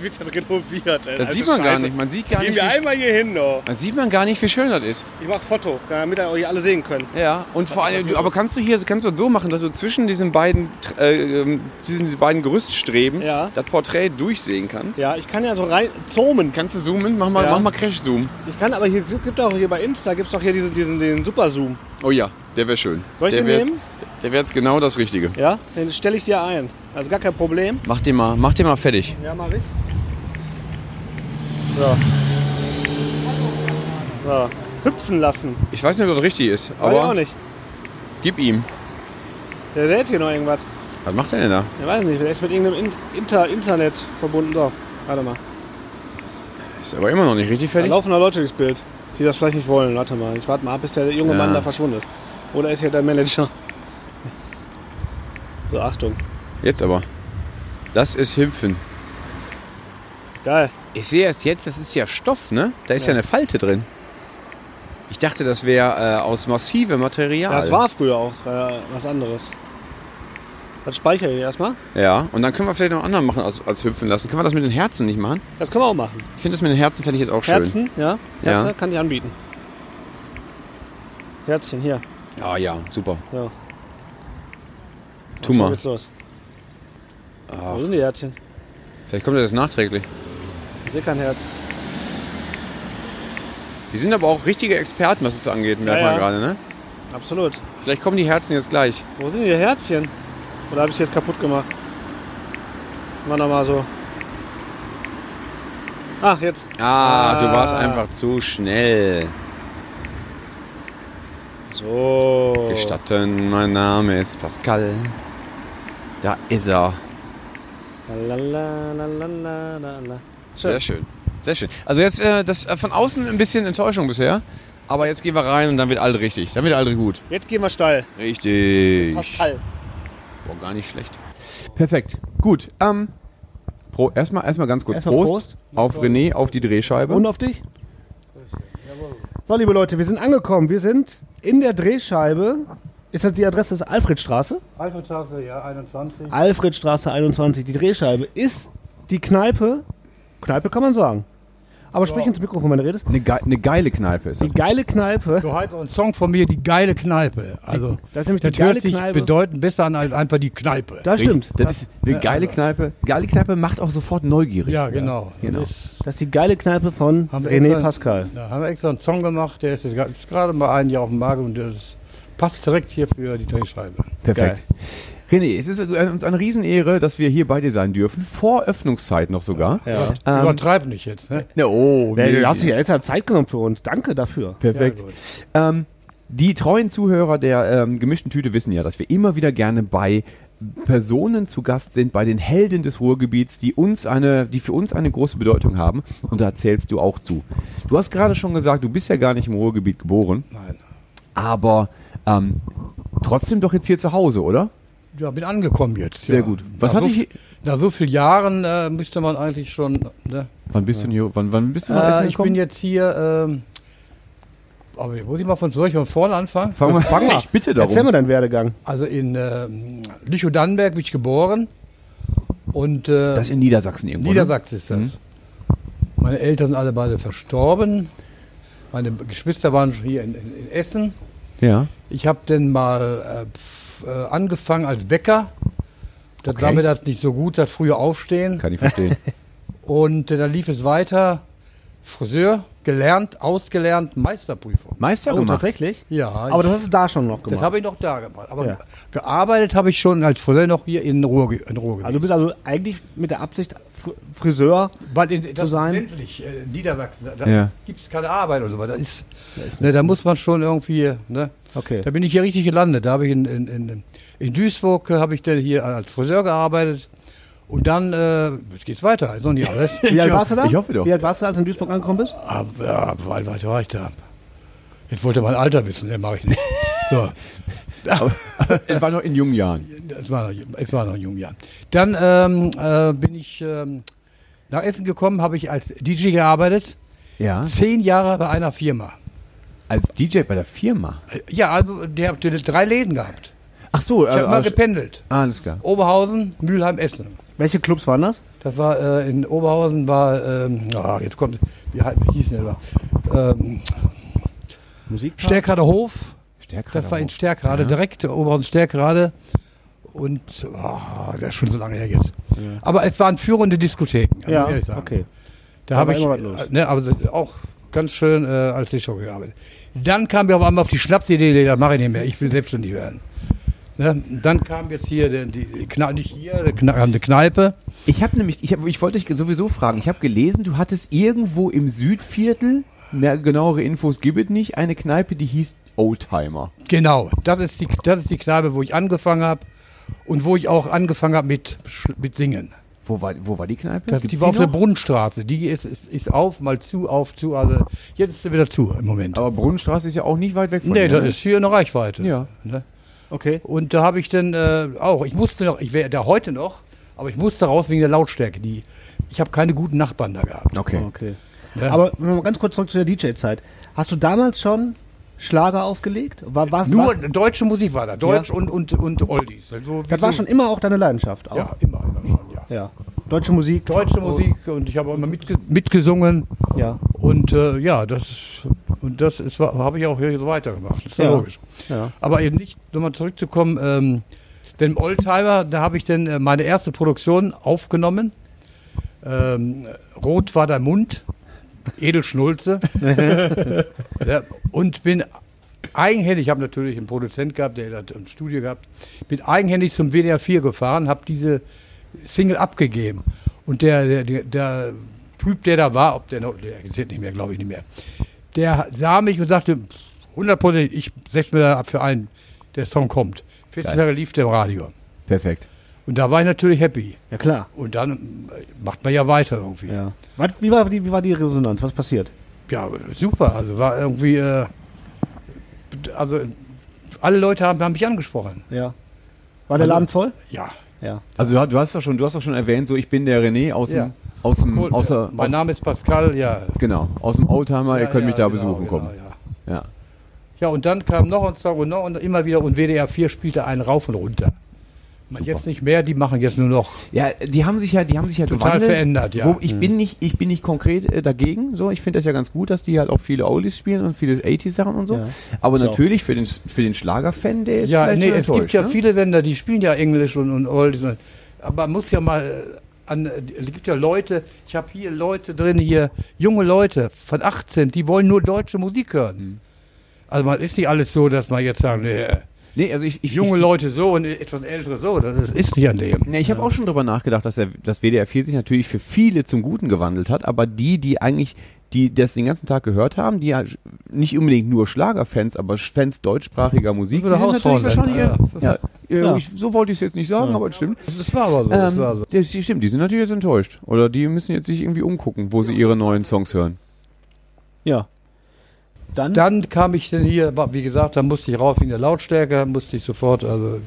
S9: Wie das renoviert, ey.
S3: Das sieht man gar nicht. Man sieht gar
S9: Gehen
S3: nicht,
S9: wir
S3: wie,
S9: einmal hier hin, oh. doch.
S3: man sieht man gar nicht, wie schön das ist.
S9: Ich mach Foto, damit ihr euch alle sehen könnt.
S3: Ja, und vor allem, du, aber kannst du hier, kannst du das so machen, dass du zwischen diesen beiden, äh, ähm, diesen, diesen beiden Gerüststreben
S9: Ja.
S3: das Porträt durchsehen kannst?
S9: Ja, ich kann ja so rein zoomen.
S3: Kannst du zoomen? Mach mal,
S9: Ja.
S3: mach mal Crash-Zoom.
S9: Ich kann aber hier, gibt doch hier bei Insta, gibt's doch hier diesen, diesen, den Super-Zoom.
S3: Oh ja, der wäre schön.
S9: Soll ich
S3: der
S9: den
S3: wär jetzt-
S9: nehmen?
S3: Der wäre jetzt genau das Richtige.
S9: Ja, den stelle ich dir ein. Also gar kein Problem.
S3: Mach den mal, mach den mal fertig.
S9: Ja, mach ich. So. So. Hüpfen lassen.
S3: Ich weiß nicht, ob das richtig ist,
S9: Weiß ich auch
S3: aber
S9: nicht.
S3: gib ihm.
S9: Der lädt hier noch irgendwas.
S3: Was macht der denn da?
S9: Ich weiß nicht, der ist mit irgendeinem In- Inter Internet verbunden. So, warte mal.
S3: Ist aber immer noch nicht richtig
S9: Da
S3: fertig.
S9: laufen noch Leute durchs Bild, die das vielleicht nicht wollen. Warte mal, ich warte mal ab, bis der junge
S3: Ja.
S9: Mann da verschwunden ist. Oder ist hier der Manager? So, Achtung.
S3: Jetzt aber. Das ist Hüpfen.
S9: Geil.
S3: Ich sehe es jetzt, das ist ja Stoff, ne? Da ist ja, eine Falte drin. Ich dachte, das wäre äh, aus massivem Material.
S9: Das war früher auch äh, was anderes. Das speichere ich erstmal.
S3: Ja, und dann können wir vielleicht noch einen anderen machen als, als hüpfen lassen. Können wir das mit den Herzen nicht machen?
S9: Das können wir auch machen.
S3: Ich finde das mit den Herzen fände ich jetzt auch schön.
S9: Herzen, ja. Herzen
S3: Ja.
S9: kann ich anbieten. Herzchen, hier.
S3: Ah ja, super.
S9: So.
S3: Tu
S9: Schon
S3: mal.
S9: geht's los.
S3: Ach,
S9: Wo sind die Herzchen?
S3: vielleicht kommt das nachträglich.
S9: Ich sehe kein Herz.
S3: Wir sind aber auch richtige Experten, was es angeht, merkt
S9: Ja,
S3: man
S9: ja.
S3: gerade, ne?
S9: Absolut.
S3: Vielleicht kommen die Herzen jetzt gleich.
S9: Wo sind die Herzchen? Oder habe ich die jetzt kaputt gemacht? Mach noch mal so. Ach, jetzt.
S3: Ah, du warst
S9: Ah.
S3: einfach zu schnell.
S9: So.
S3: Gestatten, mein Name ist Pascal. Da ist er.
S9: La, la, la, la, la, la, la.
S3: Sehr schön. Sehr schön. Also jetzt äh, das äh, von außen ein bisschen Enttäuschung bisher. Aber jetzt gehen wir rein und dann wird alles richtig. Dann wird alles gut.
S9: Jetzt gehen wir steil.
S3: Richtig.
S9: Pascal.
S3: Boah, gar nicht schlecht.
S8: Perfekt. Gut. Ähm, Pro, erstmal, erstmal ganz kurz
S9: Erstmal
S8: Prost, auf René, auf die Drehscheibe.
S9: Und auf dich? So, liebe Leute, wir sind angekommen. Wir sind in der Drehscheibe. Ist das die Adresse? Das ist Alfredstraße?
S1: Alpha-Tasse, ja, 21.
S9: Alfredstraße 21. Die Drehscheibe ist die Kneipe. Kneipe kann man sagen. Aber sprich ins Mikrofon, wenn du redest.
S8: eine, ge eine geile Kneipe ist das.
S9: Die geile Kneipe.
S1: So heißt auch ein Song von mir, die geile Kneipe. Also,
S9: Das ist nämlich die
S1: das
S9: geile
S1: hört sich
S9: Kneipe.
S1: bedeutend besser an als einfach die Kneipe.
S9: Das stimmt.
S8: Das ist eine geile Kneipe. Geile Kneipe macht auch sofort neugierig.
S1: ja, genau.
S8: Genau.
S1: Das ist,
S9: Das ist die geile Kneipe von
S1: haben wir
S9: René
S1: extra-
S9: Pascal.
S1: Da haben wir extra einen Song gemacht, der ist jetzt gra- ist gerade mal ein Jahr auf dem Markt und das passt direkt hier für die Drehscheibe.
S3: Ähm,
S8: Perfekt. René, es ist uns eine Riesenehre, dass wir hier bei dir sein dürfen. Vor Öffnungszeit noch sogar.
S9: Ja. Oh
S8: Ähm,
S1: Übertreib nicht jetzt, ne?
S8: Na, oh,
S9: Ey,
S8: nee.
S9: Du hast dich ja extra Zeit genommen für uns. Danke dafür.
S8: Perfekt.
S1: Ja, gut.
S8: Ähm, die treuen Zuhörer der ähm, gemischten Tüte wissen ja, dass wir immer wieder gerne bei Personen zu Gast sind, bei den Helden des Ruhrgebiets, die uns eine, die für uns eine große Bedeutung haben. Und da zählst du auch zu. Du hast gerade schon gesagt, du bist ja gar nicht im Ruhrgebiet geboren,
S1: Nein.
S8: aber ähm, trotzdem doch jetzt hier zu Hause, oder?
S1: ja, bin angekommen jetzt.
S3: Sehr
S1: ja.
S3: gut. Was
S1: nach
S3: hatte
S1: so,
S3: ich-
S1: Nach so vielen Jahren äh, müsste man eigentlich schon. Ne?
S3: Wann bist du denn hier? Wann, wann bist du nach
S1: Äh,
S3: Essen
S1: ich bin
S3: gekommen?
S1: jetzt hier. Ähm, aber jetzt muss ich mal von solch von vorne anfangen.
S3: Fang
S1: (laughs)
S3: mal,
S10: Fang mal.
S3: Ich bitte
S10: Erzähl
S3: darum.
S10: mir deinen Werdegang.
S1: Also in ähm, Lüchow-Dannenberg bin ich geboren. Und äh,
S3: in Niedersachsen irgendwo. ne?
S1: Niedersachsen ist das. Meine Eltern sind alle beide verstorben. Meine Geschwister waren schon hier in, in, in Essen.
S3: Ja.
S1: Ich habe dann mal äh, pf- äh, angefangen als Bäcker. Da war
S3: Okay.
S1: mir das nicht so gut, das frühe Aufstehen.
S3: Kann
S1: (laughs)
S3: ich verstehen.
S1: Und äh, dann lief es weiter. Friseur, gelernt, ausgelernt, Meisterprüfung.
S3: Meister
S10: Oh,
S3: gemacht.
S10: tatsächlich?
S1: Ja,
S10: Aber das hast du da schon noch
S1: das
S10: gemacht.
S1: habe ich noch da gemacht. Aber
S10: Ja.
S1: gearbeitet habe ich schon als Friseur noch hier in Ruhr, ge- in Ruhr
S10: Also du bist also eigentlich mit der Absicht Fr-
S3: (laughs)
S10: Friseur.
S1: Weil in, das
S10: um sein.
S1: ist ländlich, äh, in Niedersachsen, da, da
S3: Ja.
S1: gibt es keine Arbeit oder so. weiter. Da, ist,
S10: ist
S1: ne, da muss man schon irgendwie, ne?
S10: Okay.
S1: da bin ich hier richtig gelandet. Da habe ich in, in, in, in Duisburg, äh, habe ich dann hier als Friseur gearbeitet. Und dann, äh, jetzt geht's weiter,
S10: (laughs)
S1: so nicht alles.
S10: Wie alt warst du da?
S3: ich hoffe doch.
S10: Wie alt warst du, als du in Duisburg angekommen bist?
S1: Aber, ja, weit, weit war ich da. Jetzt wollte mein Alter wissen, ne, mache
S10: (laughs)
S1: ich nicht. So,
S3: Er war noch in jungen Jahren.
S1: es war noch, es war noch in jungen Jahren. Dann ähm, äh, bin ich ähm, nach Essen gekommen, habe ich als DJ gearbeitet.
S3: Ja.
S1: Zehn Jahre bei einer Firma.
S3: Als DJ bei der Firma.
S1: Ja, also die haben drei Läden gehabt.
S3: Ach so. äh,
S1: Ich habe immer gependelt.
S3: alles klar.
S1: Oberhausen, Mülheim, Essen.
S10: Welche Clubs waren das?
S1: Das war äh, in Oberhausen war, ähm, ah, jetzt kommt, wie, hei- wie hieß denn das? Ähm,
S10: Musik.
S1: Stärkrader Hof,
S3: Stärker.
S1: das war in Stärkrade, direkt Oberhausen Stärkrade. Und ah, das ist schon so lange her jetzt. Aber es waren führende Diskotheken, muss ich
S10: Ja,
S1: ehrlich sagen.
S10: okay.
S1: Da habe
S10: war
S1: ich
S10: immer was los.
S1: äh, ne, aber so- auch ganz schön äh, als Tischhocker gearbeitet. Dann kam mir auf einmal auf die Schnapsidee, nee, das mache ich nicht mehr, ich will selbstständig werden. Ne? Dann kam jetzt hier der, die, die Kna nicht hier, der Kna eine Kneipe.
S11: Ich habe nämlich, ich, hab, ich wollte dich sowieso fragen, ich habe gelesen, du hattest irgendwo im Südviertel,
S3: Mehr genauere Infos gibt es nicht. Eine Kneipe, die hieß Oldtimer.
S1: Genau, das ist die, das ist die Kneipe, wo ich angefangen habe und wo ich auch angefangen habe mit, Sch- mit Singen.
S3: Wo war, wo war die Kneipe?
S1: Das, die war auf der Brunnenstraße, die ist, ist, ist auf, mal zu, auf, zu, also jetzt ist sie wieder zu im Moment.
S3: Aber Brunnenstraße ist ja auch nicht weit weg von
S1: nee,
S3: dir,
S1: das
S3: ne?
S1: ist hier eine Reichweite.
S3: Ja.
S1: Ne?
S10: Okay.
S1: Und da habe ich dann äh, auch, ich musste noch, ich wäre da heute noch, aber ich musste raus wegen der Lautstärke. Die, ich habe keine guten Nachbarn da gehabt.
S3: Okay.
S10: Okay.
S1: Ja.
S10: Aber wenn wir mal ganz kurz zurück zu der DJ-Zeit. Hast du damals schon Schlager aufgelegt? War, war's,
S1: Nur
S10: war,
S1: deutsche Musik war da, Deutsch und, und, und Oldies. So wie
S10: das war
S1: du-
S10: schon immer auch deine Leidenschaft. Auch. Oh.
S1: Ja, immer, immer schon, ja.
S10: ja. Deutsche Musik.
S1: Deutsche Musik und ich habe auch immer mitge mitgesungen
S10: Ja.
S1: und äh, ja, das und das ist- war- habe ich auch hier so weitergemacht. Ist ja,
S10: Ja.
S1: logisch.
S10: Ja.
S1: Aber eben nicht, nochmal zurückzukommen, ähm, denn Oldtimer, da habe ich dann äh, meine erste Produktion aufgenommen. Ähm, Rot war der Mund, Edelschnulze. ja, und bin eigenhändig, ich habe natürlich einen Produzent gehabt, der hat ein Studio gehabt, bin eigenhändig zum WDR 4 gefahren, habe diese Single abgegeben. Und der, der, der, der Typ, der da war, ob der noch, der existiert nicht mehr, glaube ich nicht mehr, der sah mich und sagte, 100 ich setze mir da ab für einen, der Song kommt. 40 Tage lief der im Radio.
S3: Perfekt.
S1: Und da war ich natürlich happy.
S10: Ja, klar.
S1: Und dann macht man ja weiter irgendwie.
S10: Ja. Was, wie, war die, wie war die Resonanz? Was passiert?
S1: Ja, super. Also war irgendwie, äh, also alle Leute haben, haben mich angesprochen.
S10: Ja. War der Laden voll?
S1: Ja.
S10: Ja.
S3: Also du, du hast doch schon, du hast doch schon erwähnt, so ich bin der René aus dem,
S1: Ja.
S3: aus dem,
S1: Cool.
S3: außer,
S1: mein
S3: aus,
S1: Name ist Pascal, ja.
S3: genau, aus dem Oldtimer. ihr
S1: Ja,
S3: könnt
S1: ja,
S3: mich da
S1: genau,
S3: besuchen
S1: genau,
S3: kommen.
S1: ja.
S3: Ja.
S1: ja, und dann kam noch ein Song und noch und immer wieder und WDR 4 spielte einen rauf und runter. Man Jetzt nicht mehr, die machen jetzt nur noch.
S11: ja, die haben sich ja, die haben sich ja
S1: Total
S11: gewandelt,
S1: verändert, ja. Mhm.
S11: Wo ich bin nicht, ich bin nicht konkret äh, dagegen, so, ich finde das ja ganz gut, dass die halt auch viele Oldies spielen und viele 80 Sachen und so,
S10: Ja.
S11: aber natürlich für den, für den Schlagerfan, der ist
S1: Ja,
S11: vielleicht
S1: nee,
S11: schon
S1: es gibt
S11: enttäuscht,
S1: ja
S11: ne?
S1: viele Sender, die spielen ja Englisch und, und Oldies. und- Aber man muss ja mal äh, an, es gibt ja Leute, ich habe hier Leute drin, hier junge Leute von 18, die wollen nur deutsche Musik hören.
S11: Hm.
S1: Also man ist nicht alles so, dass man jetzt sagt, nee,
S11: Nee, also ich, ich,
S1: junge Leute so und etwas ältere so, das ist nicht an dem.
S11: Ja, ich habe auch schon drüber nachgedacht, dass der, das WDR 4 sich natürlich für viele zum Guten gewandelt hat, aber die, die eigentlich, die das den ganzen Tag gehört haben, die ja nicht unbedingt nur Schlagerfans, aber Fans deutschsprachiger Musik, die
S1: Oder Hausfrauen
S11: wahrscheinlich
S1: dann,
S11: eher- ja. Ja, ich, so wollte ich es jetzt nicht sagen, aber es stimmt.
S1: Das war aber so. das also-
S11: Ähm,
S1: war so.
S11: das stimmt, die sind natürlich jetzt enttäuscht. Oder die müssen jetzt sich irgendwie umgucken, wo sie ihre neuen Songs hören.
S10: Ja. Dann,
S1: Dann kam ich denn hier, war- wie gesagt, da musste ich rauf in der Lautstärke, musste ich sofort, also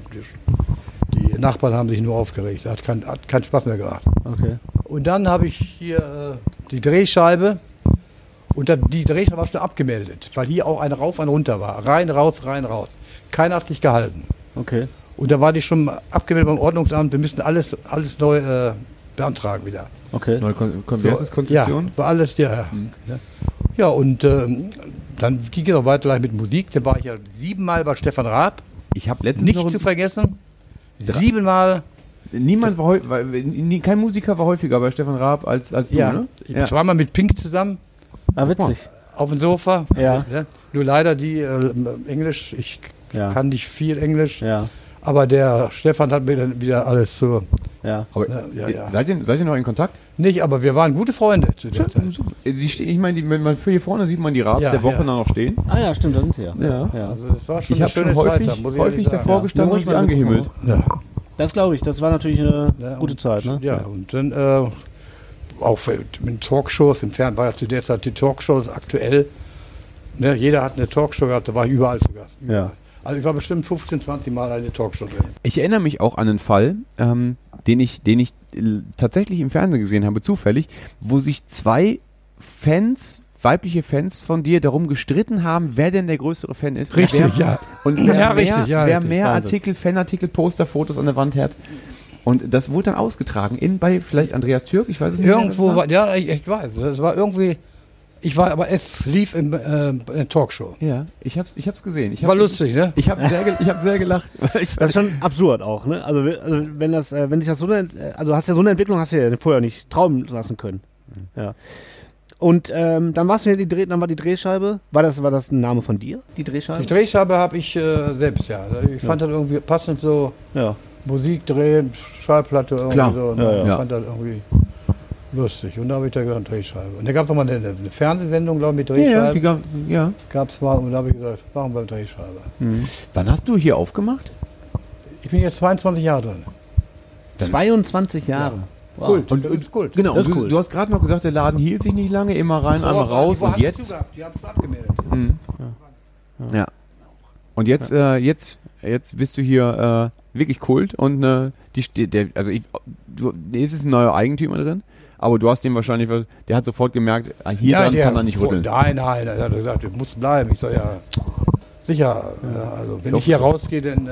S1: die, die Die Nachbarn haben sich nur aufgeregt. Hat, kein, hat keinen Spaß mehr gemacht.
S9: Okay.
S1: Und dann habe ich hier äh, die Drehscheibe. Und dann, die Drehscheibe war schon abgemeldet, weil hier auch ein rauf, ein runter war. Rein, raus, rein, raus. Keiner hat sich gehalten.
S9: Okay.
S1: Und da war die schon abgemeldet beim Ordnungsamt. Wir müssen alles, alles neu äh, beantragen wieder.
S9: Okay.
S3: Neue Kon Kon wie heißt das, Konzession? Mhm.
S1: Ja, war alles, ja. ja. Ja. Ja, und ähm, dann ging es auch weiter gleich mit Musik. Dann war ich ja siebenmal bei Stefan Raab.
S3: Ich habe letztens
S1: Nicht
S3: noch
S1: zu vergessen, siebenmal.
S3: Niemand war, häu- war nie- kein Musiker war häufiger bei Stefan Raab als als du,
S1: ja,
S3: ne?
S1: ich war mal mit Pink zusammen.
S9: Ah, witzig.
S1: Auf dem Sofa.
S9: Ja.
S1: Nur leider die äh, Englisch, ich
S9: Ja.
S1: kann nicht viel Englisch.
S9: Ja.
S1: Aber der Stefan hat mir dann wieder alles so.
S9: Ja.
S3: Aber
S1: Ne, ja,
S3: äh,
S1: ja.
S3: Seid, ihr, seid ihr noch in Kontakt?
S1: Nicht, aber wir waren gute Freunde zu der Zeit.
S3: Äh, Die ste- ich meine, die- wenn man hier vorne sieht man die Raabs
S1: Ja,
S3: der Woche
S1: ja.
S3: dann noch stehen.
S9: Ah ja, stimmt, da sind sie ja.
S3: Ja.
S9: ja.
S1: Also das war schon
S3: Ich
S1: eine
S3: habe
S1: schöne
S3: schon
S1: Zeit.
S3: häufig,
S1: da muss ich
S3: häufig
S1: ehrlich sagen.
S3: davor gestanden und sie angehimmelt.
S1: Ja.
S9: Das glaube ich, das war natürlich eine
S1: Ja,
S9: gute
S1: und-
S9: Zeit,
S3: Hm?
S9: ne?
S1: Ja, und dann äh, auch für- mit Talkshows, im Fernsehen war ja zu der Zeit die Talkshows aktuell. Ne, jeder hat eine Talkshow gehabt, da war ich überall zu Gast.
S9: Ja.
S1: Also ich war bestimmt 15, 20 Mal eine Talkshow drin.
S3: Ich erinnere mich auch an einen Fall, ähm, den ich, den ich äh, tatsächlich im Fernsehen gesehen habe, zufällig, wo sich zwei Fans, weibliche Fans von dir darum gestritten haben, wer denn der größere Fan ist.
S1: Richtig,
S3: wer,
S1: ja.
S3: Und wer
S1: (laughs) Ja,
S3: mehr,
S1: richtig, ja,
S3: wer
S1: richtig.
S3: mehr
S9: Wahnsinn.
S3: Artikel, Fanartikel, Poster, Fotos an der Wand hat. Und das wurde dann ausgetragen in bei vielleicht Andreas Türk, ich weiß es nicht. wer das
S1: Irgendwo war, ja, ich, ich weiß, das war irgendwie, ich war, aber es lief in, äh, in der Talkshow.
S3: Ja, ich hab's, ich hab's gesehen. Ich hab,
S1: War lustig, ne?
S3: Ich, ich habe sehr, ge- ich hab
S1: (laughs)
S3: sehr gelacht. weil Ich,
S9: Das ist schon absurd auch, ne? Also, we- also wenn das, äh, wenn sich das so eine, Ent- äh, also hast ja so eine Entwicklung hast du ja vorher nicht trauen lassen können.
S10: Mhm.
S9: Ja. Und ähm, dann warst du ja die Dreh, dann war die Drehscheibe. War das, war das ein Name von dir? Die Drehscheibe?
S1: Die Drehscheibe habe ich äh, selbst, ja. Ich fand das irgendwie passend so,
S9: ja.
S1: Musik drehen, Schallplatte irgendwie
S3: Klar.
S1: so. Ne?
S9: Ja, ja.
S1: Ich
S3: Ja.
S1: fand das irgendwie lustig. Und da habe ich da gesagt, Drehscheibe. Und da gab es nochmal eine, eine Fernsehsendung, glaube ich, mit
S3: ja, ja, die,
S1: Drehscheibe.
S3: gab- ja.
S1: gab es mal und da habe ich gesagt, warum beim Drehscheibe?
S3: Wann hast du hier aufgemacht?
S1: Ich bin jetzt 22 Jahre drin.
S9: 22 Jahre. Wow.
S1: Kult, das ist Kult.
S3: Genau,
S9: Das ist
S3: du,
S9: cool.
S3: du hast gerade noch gesagt, der Laden hielt sich nicht lange, immer rein, einmal raus und jetzt. Mhm.
S1: Die haben schon abgemeldet.
S3: Ja. Und jetzt, äh, jetzt, jetzt bist du hier äh, wirklich Kult und äh, die, ste- der, also ich, du, es ist ein neuer Eigentümer drin, aber du hast dem wahrscheinlich, was- der hat sofort gemerkt, ah, hier dran kann er nicht rütteln.
S1: Nein, nein, er hat gesagt, du musst bleiben. Ich sage ja, sicher. ja, Also wenn ich hier rausgehe, dann äh,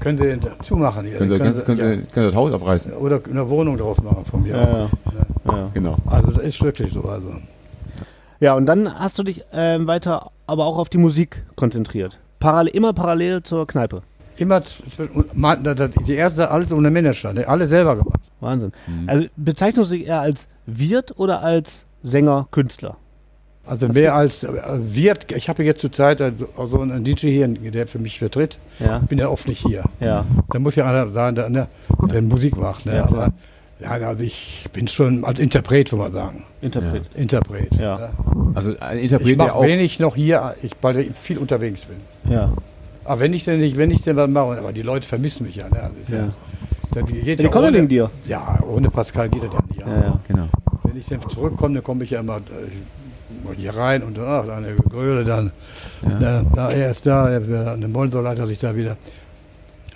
S1: können sie den zumachen hier.
S3: Können sie, können, sie, können,
S1: ja.
S3: sie, können sie das Haus abreißen?
S1: oder eine Wohnung draus machen von mir
S9: Ja,
S1: aus. ne?
S3: Genau.
S1: Also das ist wirklich so. Also.
S9: Ja, und dann hast du dich ähm, weiter aber auch auf die Musik konzentriert. Parallel, immer parallel zur Kneipe.
S1: Immer z- zw- und man- da- da- die erste alles ohne Manager, ne? alle selber gemacht.
S9: Wahnsinn. Also bezeichnest du dich eher als Wirt oder als Sänger, Künstler?
S1: Also mehr als äh, Wirt, ich habe jetzt zurzeit äh, so einen DJ hier, der für mich vertritt.
S9: Ja.
S1: bin ja oft nicht hier.
S9: Ja.
S1: Da muss ja einer sein, der, ne, der Musik macht. Ne?
S9: Ja, klar.
S1: Aber nein, also ich bin schon als Interpret, würde man sagen.
S9: Interpret.
S1: Interpret.
S9: Ja.
S1: ne?
S3: Also äh,
S1: Ich
S3: interpretiert er
S1: mache
S3: auch.
S1: wenig noch hier, ich, weil ich viel unterwegs bin.
S9: Ja.
S1: Aber wenn ich denn nicht, wenn ich denn was mache, aber die Leute vermissen mich ja. Ne? Also ist ja.
S9: Ja.
S1: das geht
S9: Die kommen
S1: ohne,
S9: wegen dir.
S1: Ja, ohne Pascal geht das ja nicht.
S9: Ja, ja.
S3: Genau.
S1: Wenn ich dann zurückkomme, dann komme ich ja immer äh, hier rein und dann, ach, dann eine Gröle, dann da, da, er ist da, er ist wieder eine Monsolat, dass ich da wieder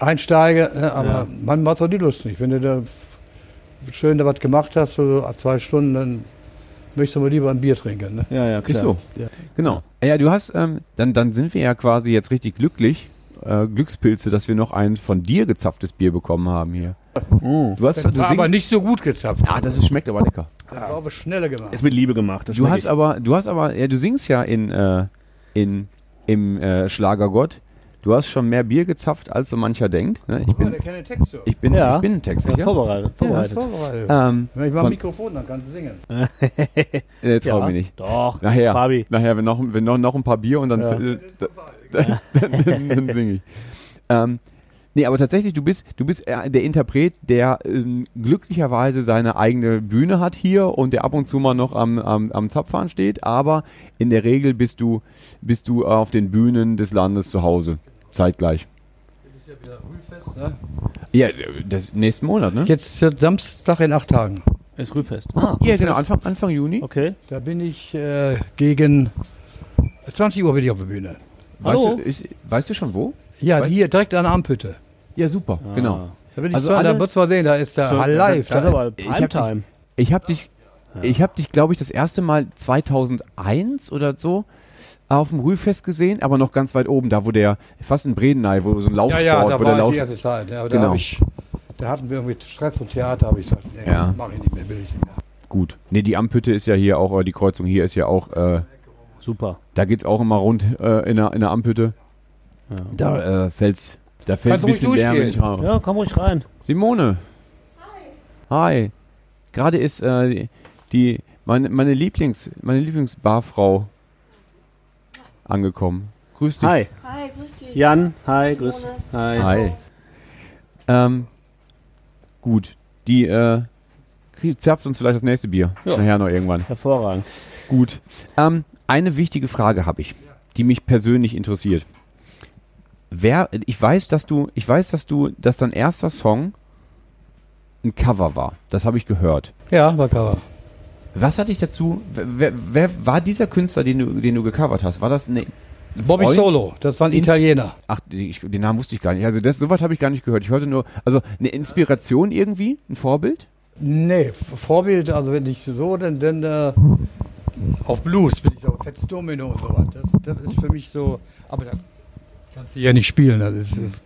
S1: einsteige. Ne? Aber man macht doch die Lust nicht. Wenn du da f- schön da was gemacht hast, so ab zwei Stunden, dann möchtest du mal lieber ein Bier trinken. Ne?
S9: Ja, ja, klar.
S3: Ist so.
S1: Ja.
S3: Genau. Ja, du hast, ähm, dann, dann sind wir ja quasi jetzt richtig glücklich, äh, Glückspilze, dass wir noch ein von dir gezapftes Bier bekommen haben hier.
S9: Mhm.
S3: Du hast, du
S1: War
S3: singst,
S1: aber nicht so gut gezapft.
S3: ah, das ist, schmeckt aber lecker.
S1: Das war aber schneller gemacht.
S9: Ist mit Liebe gemacht. Das
S3: Du
S9: schmeck
S3: hast
S9: ich.
S3: aber, du hast aber, ja, du singst ja in, äh, in, im äh, Schlagergott. Du hast schon mehr Bier gezapft, als so mancher denkt. Ne?
S1: (laughs)
S3: Ich
S1: Ja,
S3: bin,
S1: der keine Texte.
S3: ich bin,
S9: Ja.
S3: ich bin textsicher.
S9: vorbereitet. vorbereitet. (laughs)
S1: vorbereitet.
S3: Ähm,
S1: Wenn ich mal ein
S3: von-
S1: Mikrofon, dann kannst du singen.
S3: äh, trau
S9: Ja,
S3: mir nicht.
S9: Doch.
S3: Nachher,
S9: Fabi.
S3: nachher, wenn noch, wenn noch, noch ein paar Bier und dann, äh, da- dann, dann, dann singe ich. Ähm, nee, aber tatsächlich, du bist, du bist eher der Interpret, der ähm, glücklicherweise seine eigene Bühne hat hier und der ab und zu mal noch am, am, am Zapfhahn steht, aber in der Regel bist du, bist du auf den Bühnen des Landes zu Hause. Zeitgleich. Ja, das nächsten Monat, ne?
S1: Jetzt äh, Samstag in acht Tagen.
S9: Ist Rühfest. Ah.
S3: Ja, genau, Anfang, Anfang Juni.
S9: Okay.
S1: Da bin ich äh, gegen 20 Uhr bin ich auf der Bühne.
S3: Weißt, du,
S9: Hallo?
S3: ist, weißt du schon wo?
S1: Ja,
S3: Weißt-
S1: hier direkt an der Ampütte.
S3: Ja, super, genau.
S1: Da bin ich zwar, da wird's mal sehen, da ist der live.
S3: da-
S1: da ist-
S3: ich hab dich- Ich habe dich, ich habe dich, glaube ich, das erste Mal 2001 oder so auf dem Rühfest gesehen, aber noch ganz weit oben, da wo der, fast in Bredeney, wo so ein
S1: Ja,
S3: Laufsport,
S1: ja, da
S3: wo
S1: war
S3: der
S1: ich
S3: Lauf,
S1: die ganze Zeit. Ja, aber da,
S3: genau,
S1: hab ich, da hatten wir irgendwie Stress im Theater, habe ich gesagt, nee,
S3: Ja.
S1: mach ich nicht mehr, will ich nicht mehr.
S3: gut. Nee, die Amphütte ist ja hier auch, äh, die Kreuzung hier ist ja auch, äh,
S12: Super.
S3: da geht's auch immer rund äh, in der, in der Amphütte. Da äh, fällt's, da fällt
S9: Kannst
S3: ein
S9: ruhig
S3: bisschen Lärm
S9: durchgehen.
S3: nicht raus.
S9: Ja, komm ruhig rein.
S3: Simone. Hi. Hi. Gerade ist äh, die meine, meine Lieblings meine Lieblingsbarfrau angekommen. Grüß dich.
S9: Hi.
S13: Hi, grüß dich.
S9: Jan, hi, grüß.
S3: Hi. Ähm, gut, die äh, krie- zapft uns vielleicht das nächste Bier
S9: Ja.
S3: nachher noch irgendwann.
S9: Hervorragend.
S3: Gut. Ähm, eine wichtige Frage habe ich, die mich persönlich interessiert. Wer, ich weiß, dass du, ich weiß, dass du, dass dein erster Song ein Cover war. Das habe ich gehört.
S1: Ja, war Cover.
S3: Was hat dich dazu? Wer, wer, wer war dieser Künstler, den du, den du gecovert hast? War das eine
S1: Bobby Solo, das war ein Italiener.
S3: Ach, die- ich, den Namen wusste ich gar nicht. Also das, sowas habe ich gar nicht gehört. Ich hörte nur, also eine Inspiration irgendwie, ein Vorbild?
S1: Nee, F- Vorbild, also wenn ich so, dann, dann äh, auf Blues bin ich auch, Fats Domino und sowas. Das, das ist für mich so, aber das kannst du ja nicht spielen. Das ist, ist,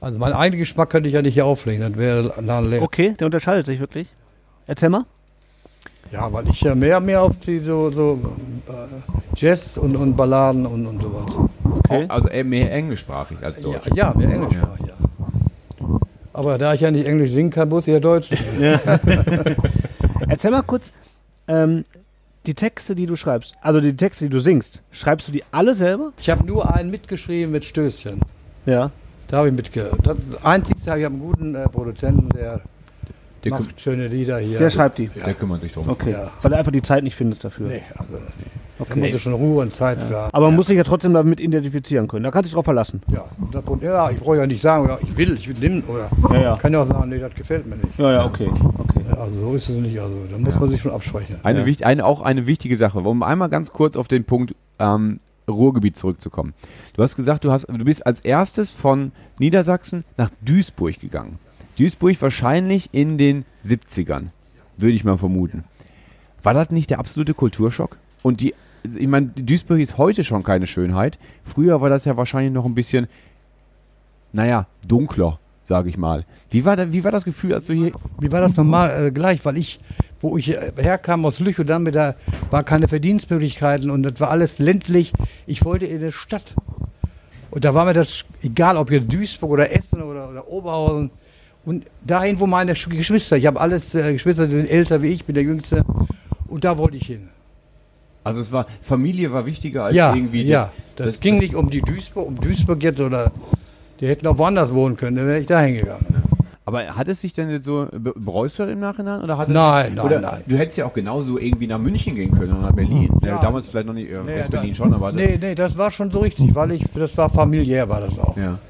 S1: also meinen eigenen Geschmack könnte ich ja nicht hier auflegen, das wäre leer.
S9: Okay, der unterscheidet sich wirklich. Erzähl mal.
S1: Ja, weil ich ja mehr mehr auf die so, so äh, Jazz und, und Balladen und, und sowas.
S3: Okay. Also eher mehr englischsprachig als deutsch.
S1: Ja, mehr englischsprachig, ja. Aber da ich ja nicht Englisch singen kann, muss ich ja Deutsch singen.
S9: Erzähl mal kurz, ähm, die Texte, die du schreibst, also die Texte, die du singst, schreibst du die alle selber?
S1: Ich habe nur einen mitgeschrieben mit Stößchen.
S9: Ja.
S1: Da habe ich mitgehört. Das Einzigste, ich habe einen guten äh, Produzenten, der,
S3: Der
S1: macht schöne Lieder hier. Also,
S9: Der schreibt die.
S1: Ja.
S3: Der kümmert sich drum.
S9: Okay.
S1: Ja.
S9: Weil du einfach die Zeit nicht findest dafür.
S1: Nee, also,
S9: Okay.
S1: Da muss ich schon Ruhe und Zeit für haben.
S9: Aber man muss sich ja trotzdem damit identifizieren können. Da kannst du dich drauf verlassen.
S1: Ja, das, ja, ich brauche ja nicht sagen, oder ich will, ich will nehmen, oder
S9: Ja, ja.
S1: kann ja auch sagen, nee, das gefällt mir nicht.
S9: Ja, ja, okay. okay.
S1: Also so ist es nicht. Also da muss man sich schon absprechen.
S3: Eine,
S1: ja.
S3: wicht- eine, auch eine wichtige Sache, um einmal ganz kurz auf den Punkt ähm, Ruhrgebiet zurückzukommen. Du hast gesagt, du, hast, du bist als erstes von Niedersachsen nach Duisburg gegangen. Duisburg wahrscheinlich in den 70ern, würde ich mal vermuten. War das nicht der absolute Kulturschock? Und die, ich meine, Duisburg ist heute schon keine Schönheit. Früher war das ja wahrscheinlich noch ein bisschen, naja, dunkler, sage ich mal. Wie war, da, wie war das Gefühl, als du hier.
S1: Wie war das nochmal äh, gleich? Weil ich, wo ich äh, herkam aus Lüchow, dann mit da war keine Verdienstmöglichkeiten und das war alles ländlich. Ich wollte in eine Stadt. Und da war mir das egal, ob jetzt Duisburg oder Essen oder, oder Oberhausen. Und dahin, wo meine Sch- Geschwister, ich habe alles äh, Geschwister, die sind älter wie ich, bin der Jüngste. Und da wollte ich hin.
S3: Also es war, Familie war wichtiger als
S1: ja,
S3: irgendwie.
S1: ja. Also Das, ging nicht um die Duisburg, um Duisburg jetzt oder die hätten auch woanders wohnen können, dann wäre ich da hingegangen.
S3: Aber hat es dich denn jetzt so, be- bereust du das im Nachhinein? Oder hat es
S1: Nein, nein,
S3: oder
S1: nein. Hm.
S3: Du hättest ja auch genauso irgendwie nach München gehen können oder nach Berlin.
S1: Ja.
S3: Ja. Damals vielleicht noch nicht, äh,
S1: Nee,
S3: West-Berlin
S1: da-
S3: schon, aber.
S1: Nee, nee, das war schon so richtig, weil ich, das war familiär, war das auch.
S3: Ja.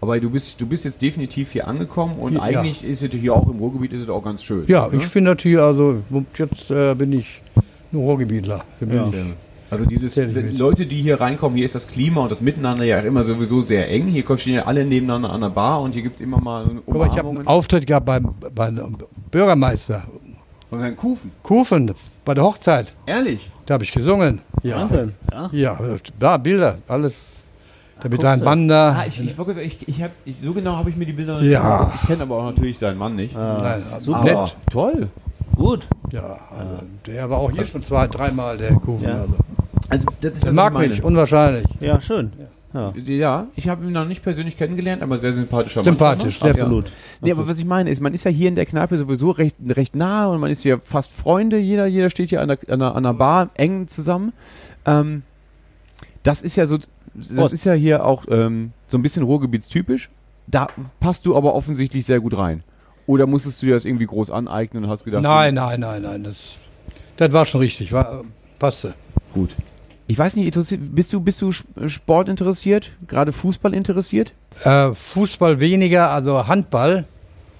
S3: Aber du bist, du bist jetzt definitiv hier angekommen und
S1: Ja.
S3: eigentlich ist es hier auch im Ruhrgebiet ist es auch ganz schön.
S1: Ja,
S3: ne?
S1: ich finde das hier, also jetzt äh, bin ich ein Ruhrgebietler. Hier bin
S3: Ja.
S1: ich.
S3: Also dieses
S1: Zähl ich
S3: wenn
S1: mit.
S3: Leute, die hier reinkommen, hier ist das Klima und das Miteinander ja immer sowieso sehr eng. Hier stehen ja alle nebeneinander an der Bar und hier gibt es immer mal so
S1: Guck mal, ich habe
S3: Umarmungen.
S1: einen Auftritt gehabt beim, beim Bürgermeister
S3: Und dann Kufen.
S1: Kufen bei der Hochzeit.
S3: Ehrlich?
S1: Da habe ich gesungen. Ja.
S9: Wahnsinn, ja.
S1: Ja, da Bilder, alles. Da mit
S3: Guckst
S1: deinem
S3: du.
S1: Mann da.
S3: Ah, ich, ich, wollte sagen, ich, ich hab, ich, so genau habe ich mir die Bilder
S1: Ja.
S3: Ich kenne aber auch natürlich seinen Mann nicht.
S1: Nein, also
S3: aber
S1: nett.
S3: toll.
S9: Gut.
S1: Ja, also der war auch hier schon zwei, dreimal, der Kufen.
S3: Ja.
S1: Also.
S3: Also, das ist
S1: Der
S3: das,
S1: mag
S3: was ich meine.
S1: mich, unwahrscheinlich.
S9: Ja, schön. Ja.
S3: Ja, ich habe ihn noch nicht persönlich kennengelernt, aber sehr sympathischer Mann. Ah,
S1: Sympathisch,
S3: Ja.
S1: absolut.
S3: Nee, aber was ich meine ist, man ist ja hier in der Kneipe sowieso recht, recht nah und man ist hier fast Freunde. Jeder, jeder steht hier an der, an der, an der Bar eng zusammen. Ähm, das ist ja so, das
S9: Prost.
S3: ist ja hier auch ähm, so ein bisschen Ruhrgebietstypisch. Da passt du aber offensichtlich sehr gut rein. Oder musstest du dir das irgendwie groß aneignen und hast gedacht,
S1: Nein, nein, nein, nein. Das, das war schon richtig, war, passte.
S3: Gut. Ich weiß nicht, interessiert, bist du, bist du Sch- Sport interessiert? Gerade Fußball interessiert?
S1: Äh, Fußball weniger, also Handball.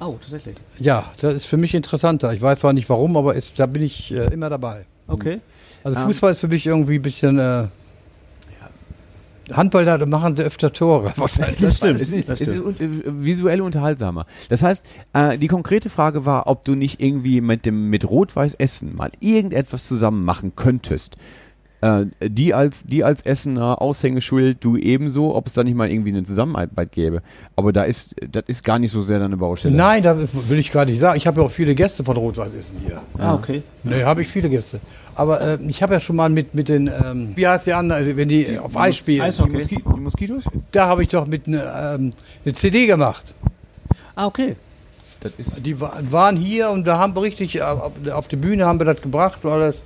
S9: Oh, tatsächlich.
S1: Ja, das ist für mich interessanter. Ich weiß zwar nicht warum, aber ist, da bin ich äh, immer dabei.
S9: Okay.
S1: Also
S3: Ähm.
S1: Fußball ist für mich irgendwie ein bisschen äh, Handballer machen öfter Tore. Wahrscheinlich. (laughs)
S3: Das stimmt. Es ist, es ist un- äh, visuell unterhaltsamer. Das heißt, äh, die konkrete Frage war, ob du nicht irgendwie mit dem mit Rot-Weiß Essen mal irgendetwas zusammen machen könntest. Äh, die als die als Essener Aushängeschild, du ebenso, ob es da nicht mal irgendwie eine Zusammenarbeit gäbe. Aber da ist das ist gar nicht so sehr deine Baustelle.
S1: Nein, das ist- will ich gar nicht sagen. Ich habe ja auch viele Gäste von Rot-Weiß Essen hier.
S3: Ah,
S9: okay.
S1: Ne, habe ich viele Gäste. Aber äh, ich habe ja schon mal mit, mit den, ähm, wie heißt die andere, wenn die äh, auf Eis spielen.
S9: Eishockey.
S1: Die
S3: Moski- die Moskitos?
S1: Da habe ich doch mit ne, ähm, eine CD gemacht.
S9: Ah, okay.
S3: Das ist
S1: die wa- waren hier und da haben wir richtig, äh, auf, auf die Bühne haben wir das gebracht und alles.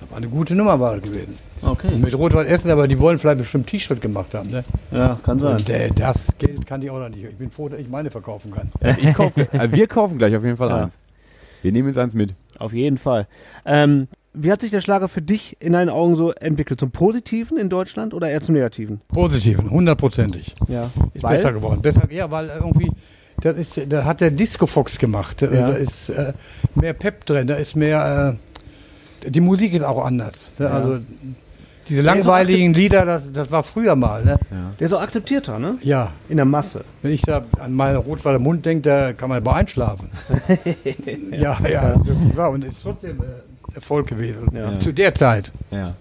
S1: Das war eine gute Nummer war das gewesen.
S9: Okay.
S1: Und mit Rot-Weiß Essen, aber die wollen vielleicht bestimmt T-Shirt gemacht haben. Ne?
S9: Ja, kann sein.
S1: Und, äh, das Geld kann ich auch noch nicht. Ich bin froh, dass ich meine verkaufen kann.
S3: Ich kauf,
S9: (laughs)
S3: äh, wir kaufen gleich auf jeden Fall
S9: Ja.
S3: eins. Wir nehmen jetzt eins mit.
S9: Auf jeden Fall. Ähm, wie hat sich der Schlager für dich in deinen Augen so entwickelt? Zum Positiven in Deutschland oder eher zum Negativen?
S1: Positiven, hundertprozentig.
S9: Ja.
S1: Ist
S9: Weil?
S1: besser geworden. Besser, ja, weil äh, irgendwie, das ist, da hat der Disco Fox gemacht.
S9: Ja.
S1: Da ist äh, mehr Pep drin, da ist mehr. Äh, die Musik ist auch anders. Ne? Also diese
S9: Der ist auch
S1: langweiligen Lieder, das, das war früher mal. Ne?
S9: Der ist auch akzeptierter, ne?
S1: Ja.
S9: In der Masse.
S1: Wenn ich da an meinen Rotweiler Mund denke, da kann man aber
S9: (laughs)
S1: einschlafen. ja, ja, das ist wirklich wahr. Und ist trotzdem äh, Erfolg gewesen.
S9: Ja.
S1: Zu der Zeit.
S3: Ja.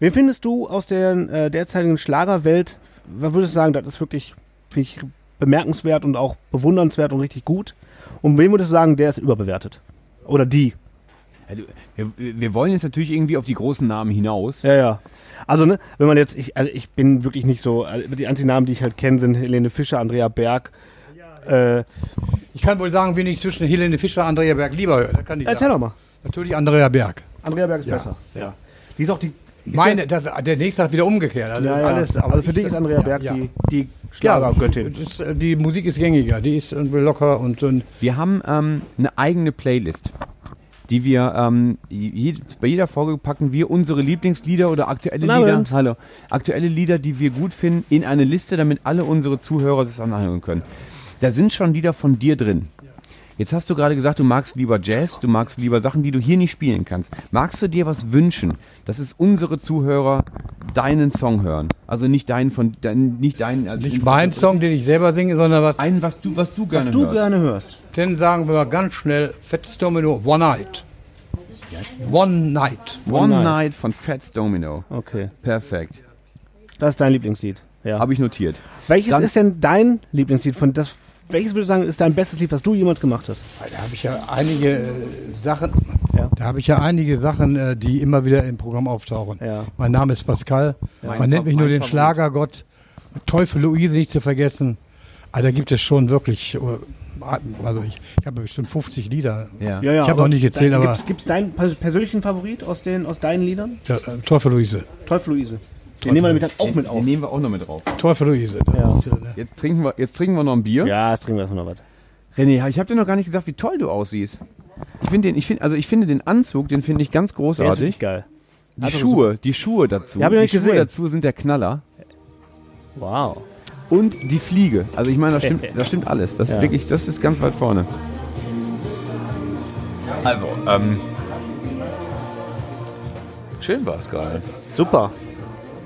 S9: Wen findest du aus der äh, derzeitigen Schlagerwelt, was würdest du sagen, das ist wirklich, finde ich, bemerkenswert und auch bewundernswert und richtig gut? Und wen würdest du sagen, der ist überbewertet? Oder die?
S3: Also, wir, wir wollen jetzt natürlich irgendwie auf die großen Namen hinaus.
S9: Ja, ja. Also, ne, wenn man jetzt, ich, also ich bin wirklich nicht so, also die einzigen Namen, die ich halt kenne, sind Helene Fischer, Andrea Berg. Äh,
S1: Ich kann wohl sagen, wen ich zwischen Helene Fischer und Andrea Berg lieber höre. Das kann ich
S9: erzähl
S1: sagen.
S9: doch mal.
S1: Natürlich Andrea Berg.
S9: Andrea Berg ist
S1: Ja.
S9: besser.
S1: Ja.
S9: Die ist auch die. ist
S1: Meine, das, der nächste hat wieder umgekehrt. Also,
S9: ja, ja.
S1: Alles, aber
S9: also für
S1: ich-
S9: dich ist Andrea
S1: ja,
S9: Berg
S1: ja.
S9: die, die
S1: ja,
S9: Schlagergöttin.
S1: das ist, äh, die Musik ist gängiger, die ist irgendwie locker und, und
S3: Wir haben ähm, eine eigene Playlist, die wir ähm, jede, bei jeder Folge packen wir unsere Lieblingslieder oder aktuelle
S9: Guten
S3: Lieder.
S9: Abend.
S3: Hallo. Aktuelle Lieder, die wir gut finden, in eine Liste, damit alle unsere Zuhörer sich das anhören können. Da sind schon Lieder von dir drin. Jetzt hast du gerade gesagt, du magst lieber Jazz, du magst lieber Sachen, die du hier nicht spielen kannst. Magst du dir was wünschen, dass es unsere Zuhörer deinen Song hören? Also nicht deinen von dein, nicht deinen also
S1: nicht mein Song, den ich selber singe, sondern was.
S3: einen, was du was du gerne
S9: Was du
S3: hörst.
S9: gerne hörst.
S1: Denn sagen wir mal ganz schnell, Fats Domino, One Night. One Night.
S3: One
S9: Night.
S3: Night. von Fats Domino.
S9: Okay.
S3: Perfekt.
S9: Das ist dein Lieblingslied. Ja.
S3: Habe ich notiert.
S9: Welches
S3: Dann-
S9: ist denn dein Lieblingslied von das? Welches würdest du sagen ist dein bestes Lied, was du jemals gemacht hast?
S1: Da habe ich ja einige äh, Sachen,
S9: Ja.
S1: da habe ich ja einige Sachen, äh, die immer wieder im Programm auftauchen.
S9: Ja.
S1: Mein Name ist Pascal. Man nennt mich nur den Schlagergott. Teufel Luise nicht zu vergessen. Aber da gibt es schon wirklich, äh, also ich, ich habe bestimmt 50 Lieder.
S3: Ja.
S1: Ich hab noch nicht gezählt, aber-
S9: Gibt es deinen pers- persönlichen Favorit aus, den, aus deinen Liedern?
S1: Ja, äh, Teufel Luise.
S9: Teufel Luise. Den nehmen wir nämlich dann auch mit
S3: Den
S9: auf.
S3: nehmen wir auch noch mit drauf.
S1: Teufel Luise. Das
S9: Ja.
S1: ist, äh, ne?
S3: Jetzt trinken wir, jetzt trinken wir noch ein Bier.
S9: Ja, jetzt trinken wir erstmal noch was.
S3: René, ich habe dir noch gar nicht gesagt, wie toll du aussiehst. Ich finde den, ich finde, also ich finde den Anzug, den finde ich ganz
S9: Der ist richtig
S3: großartig.
S9: geil.
S3: Die Schuhe, die Schuhe dazu.
S9: Ja, hab ich noch
S3: die
S9: nicht
S3: Schuhe
S9: gesehen.
S3: dazu sind der Knaller.
S9: Wow.
S3: Und die Fliege. Also ich meine, das
S9: (laughs)
S3: stimmt, das stimmt alles. Das
S9: Ja.
S3: ist wirklich, das ist ganz weit vorne. Also, ähm.
S14: Schön war es gerade.
S15: Super,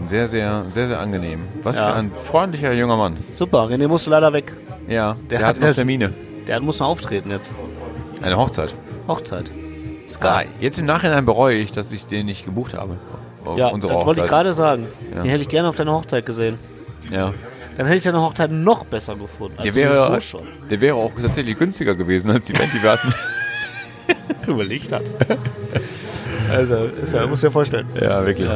S14: Sehr, sehr, sehr, sehr angenehm. Was
S15: Ja.
S14: für ein freundlicher junger Mann.
S15: super. René musste leider weg.
S14: Ja, der,
S15: hat-
S14: hat noch
S15: der-
S14: Termine.
S15: Der muss noch auftreten jetzt.
S14: Eine Hochzeit.
S15: Hochzeit. Ist
S14: Ah,
S15: geil.
S14: jetzt im Nachhinein bereue ich, dass ich den nicht gebucht habe. Auf
S15: Ja, das
S14: unsere
S15: wollte ich
S14: Hochzeit.
S15: gerade sagen.
S14: Ja.
S15: Den hätte ich gerne auf deiner Hochzeit gesehen.
S14: Ja.
S15: Dann hätte ich deine Hochzeit noch besser gefunden.
S14: Der
S15: Also
S14: wäre,
S15: so
S3: (laughs)
S15: schon.
S14: der wäre auch tatsächlich günstiger gewesen als die Band, die wir hatten.
S15: Überlegt (laughs) hat. Also, ist ja, musst du dir vorstellen.
S14: Ja, wirklich.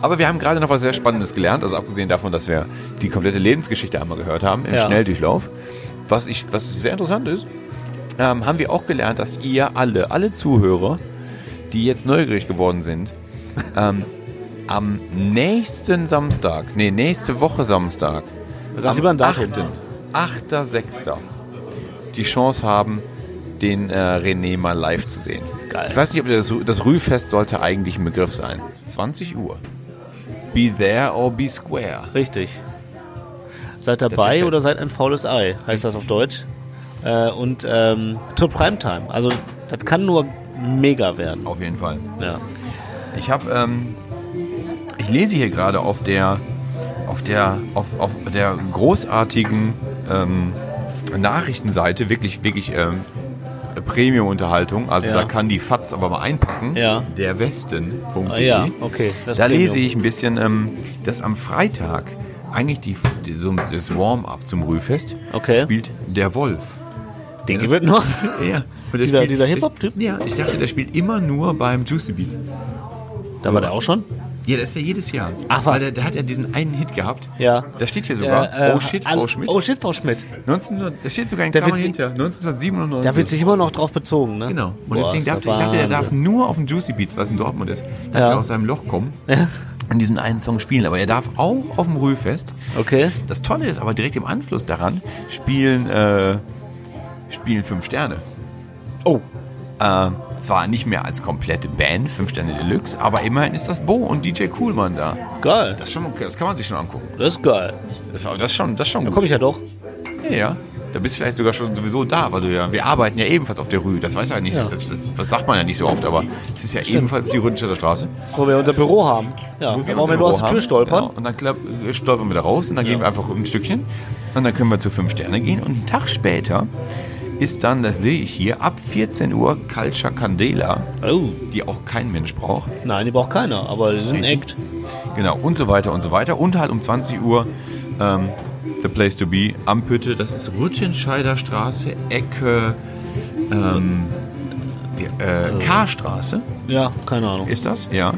S14: Aber wir haben gerade noch was sehr Spannendes gelernt, also abgesehen davon, dass wir die komplette Lebensgeschichte einmal gehört haben im
S15: Ja.
S14: Schnelldurchlauf, was, ich, was sehr interessant ist, ähm, haben wir auch gelernt, dass ihr alle, alle Zuhörer, die jetzt neugierig geworden sind, ähm, am nächsten Samstag, nee, nächste Woche Samstag,
S15: Sag lieber ein Datum.
S14: 8. 8.6. die Chance haben, den äh, René mal live zu sehen.
S15: Geil.
S14: Ich weiß nicht, ob das, das Rühfest sollte eigentlich ein Begriff sein. 20 Uhr. Be there or be square.
S15: Richtig. Seid dabei
S14: gefällt
S15: oder seid ein faules Ei, heißt das auf Deutsch. Äh, und ähm, zur Primetime. Also, das kann nur mega werden.
S14: Auf jeden Fall.
S15: Ja.
S14: Ich habe, ähm, ich lese hier gerade auf der
S3: auf der, auf, auf der großartigen ähm, Nachrichtenseite wirklich, wirklich ähm, Premium-Unterhaltung. Also
S9: Ja.
S3: da kann die FATS aber mal einpacken.
S9: Ja.
S3: Der Westen.de.
S9: Ah, ja, okay, das
S3: Da
S9: Premium.
S3: lese ich ein bisschen, ähm, dass am Freitag eigentlich die, die, so, das Warm-up zum Rühfest spielt der Wolf.
S9: Den
S3: Das- (laughs)
S9: gibt es noch?
S3: Ja. Und der
S9: (laughs) Dieser-
S3: spielt-
S9: dieser Hip-Hop-Typ?
S3: Ja, ich dachte, der spielt immer nur beim Juicy Beats.
S9: Da war der auch schon?
S3: Ja, das ist ja jedes Jahr.
S9: Ach, was?
S3: Weil der, der hat ja diesen einen Hit gehabt.
S9: Ja.
S3: Da steht hier sogar,
S9: Ja, äh,
S3: oh shit, Frau
S9: all-
S3: Schmidt.
S9: Oh shit, Frau Schmidt.
S3: 1900, da steht sogar in
S9: Da wird
S3: Klammern
S9: sie-
S3: hinter, 1997.
S9: Da wird sich immer noch drauf bezogen, ne?
S3: Genau. Und
S9: Boah,
S3: deswegen
S9: ist der
S3: darf, ich dachte, der darf
S9: Wahnsinn.
S3: nur auf den Juicy Beats, was in Dortmund ist, darf
S9: Ja.
S3: er aus seinem Loch kommen
S15: (laughs)
S3: und diesen einen Song spielen. Aber er darf auch auf dem Rührfest.
S9: Okay.
S3: Das Tolle ist aber direkt im Anschluss daran spielen, äh, spielen Fünf Sterne. Oh. Äh, zwar nicht mehr als komplette Band, Fünf Sterne Deluxe, aber immerhin ist das Bo und DJ Coolmann da.
S9: Geil.
S3: Das, ist schon, das kann man sich schon angucken.
S9: Das ist geil.
S3: Das, war- das ist schon, das ist schon
S9: Da
S3: gut.
S9: komme ich ja doch.
S3: Ja, ja. Da bist du vielleicht sogar schon sowieso da, weil du ja, wir arbeiten ja ebenfalls auf der Rühe. Das weiß ja nicht,
S9: Ja.
S3: Das, das, das sagt man ja nicht so oft, aber es ist ja ebenfalls die Rüdenstädter Straße.
S9: Wo wir unser Büro haben. Ja,
S3: Wo wir
S9: warum
S3: unser
S9: wir nur
S3: Büro
S9: aus der Tür
S3: haben.
S9: stolpern.
S3: Genau. Und dann klapp, äh, stolpern wir da raus und dann gehen wir einfach um ein Stückchen. Und dann können wir zu Fünf Sterne gehen. Und einen Tag später ist dann, das sehe ich hier, ab 14 Uhr Calcia Candela, die auch kein Mensch braucht.
S9: Oh. Nein, die braucht keiner, aber die sind echt.
S3: Genau, und so weiter und so weiter. Und halt um 20 Uhr ähm, The Place to Be am Pütte. Das ist Rüttenscheider Straße, Ecke ähm, äh, K-Straße.
S9: Ja, keine Ahnung.
S3: Ist das? Ja.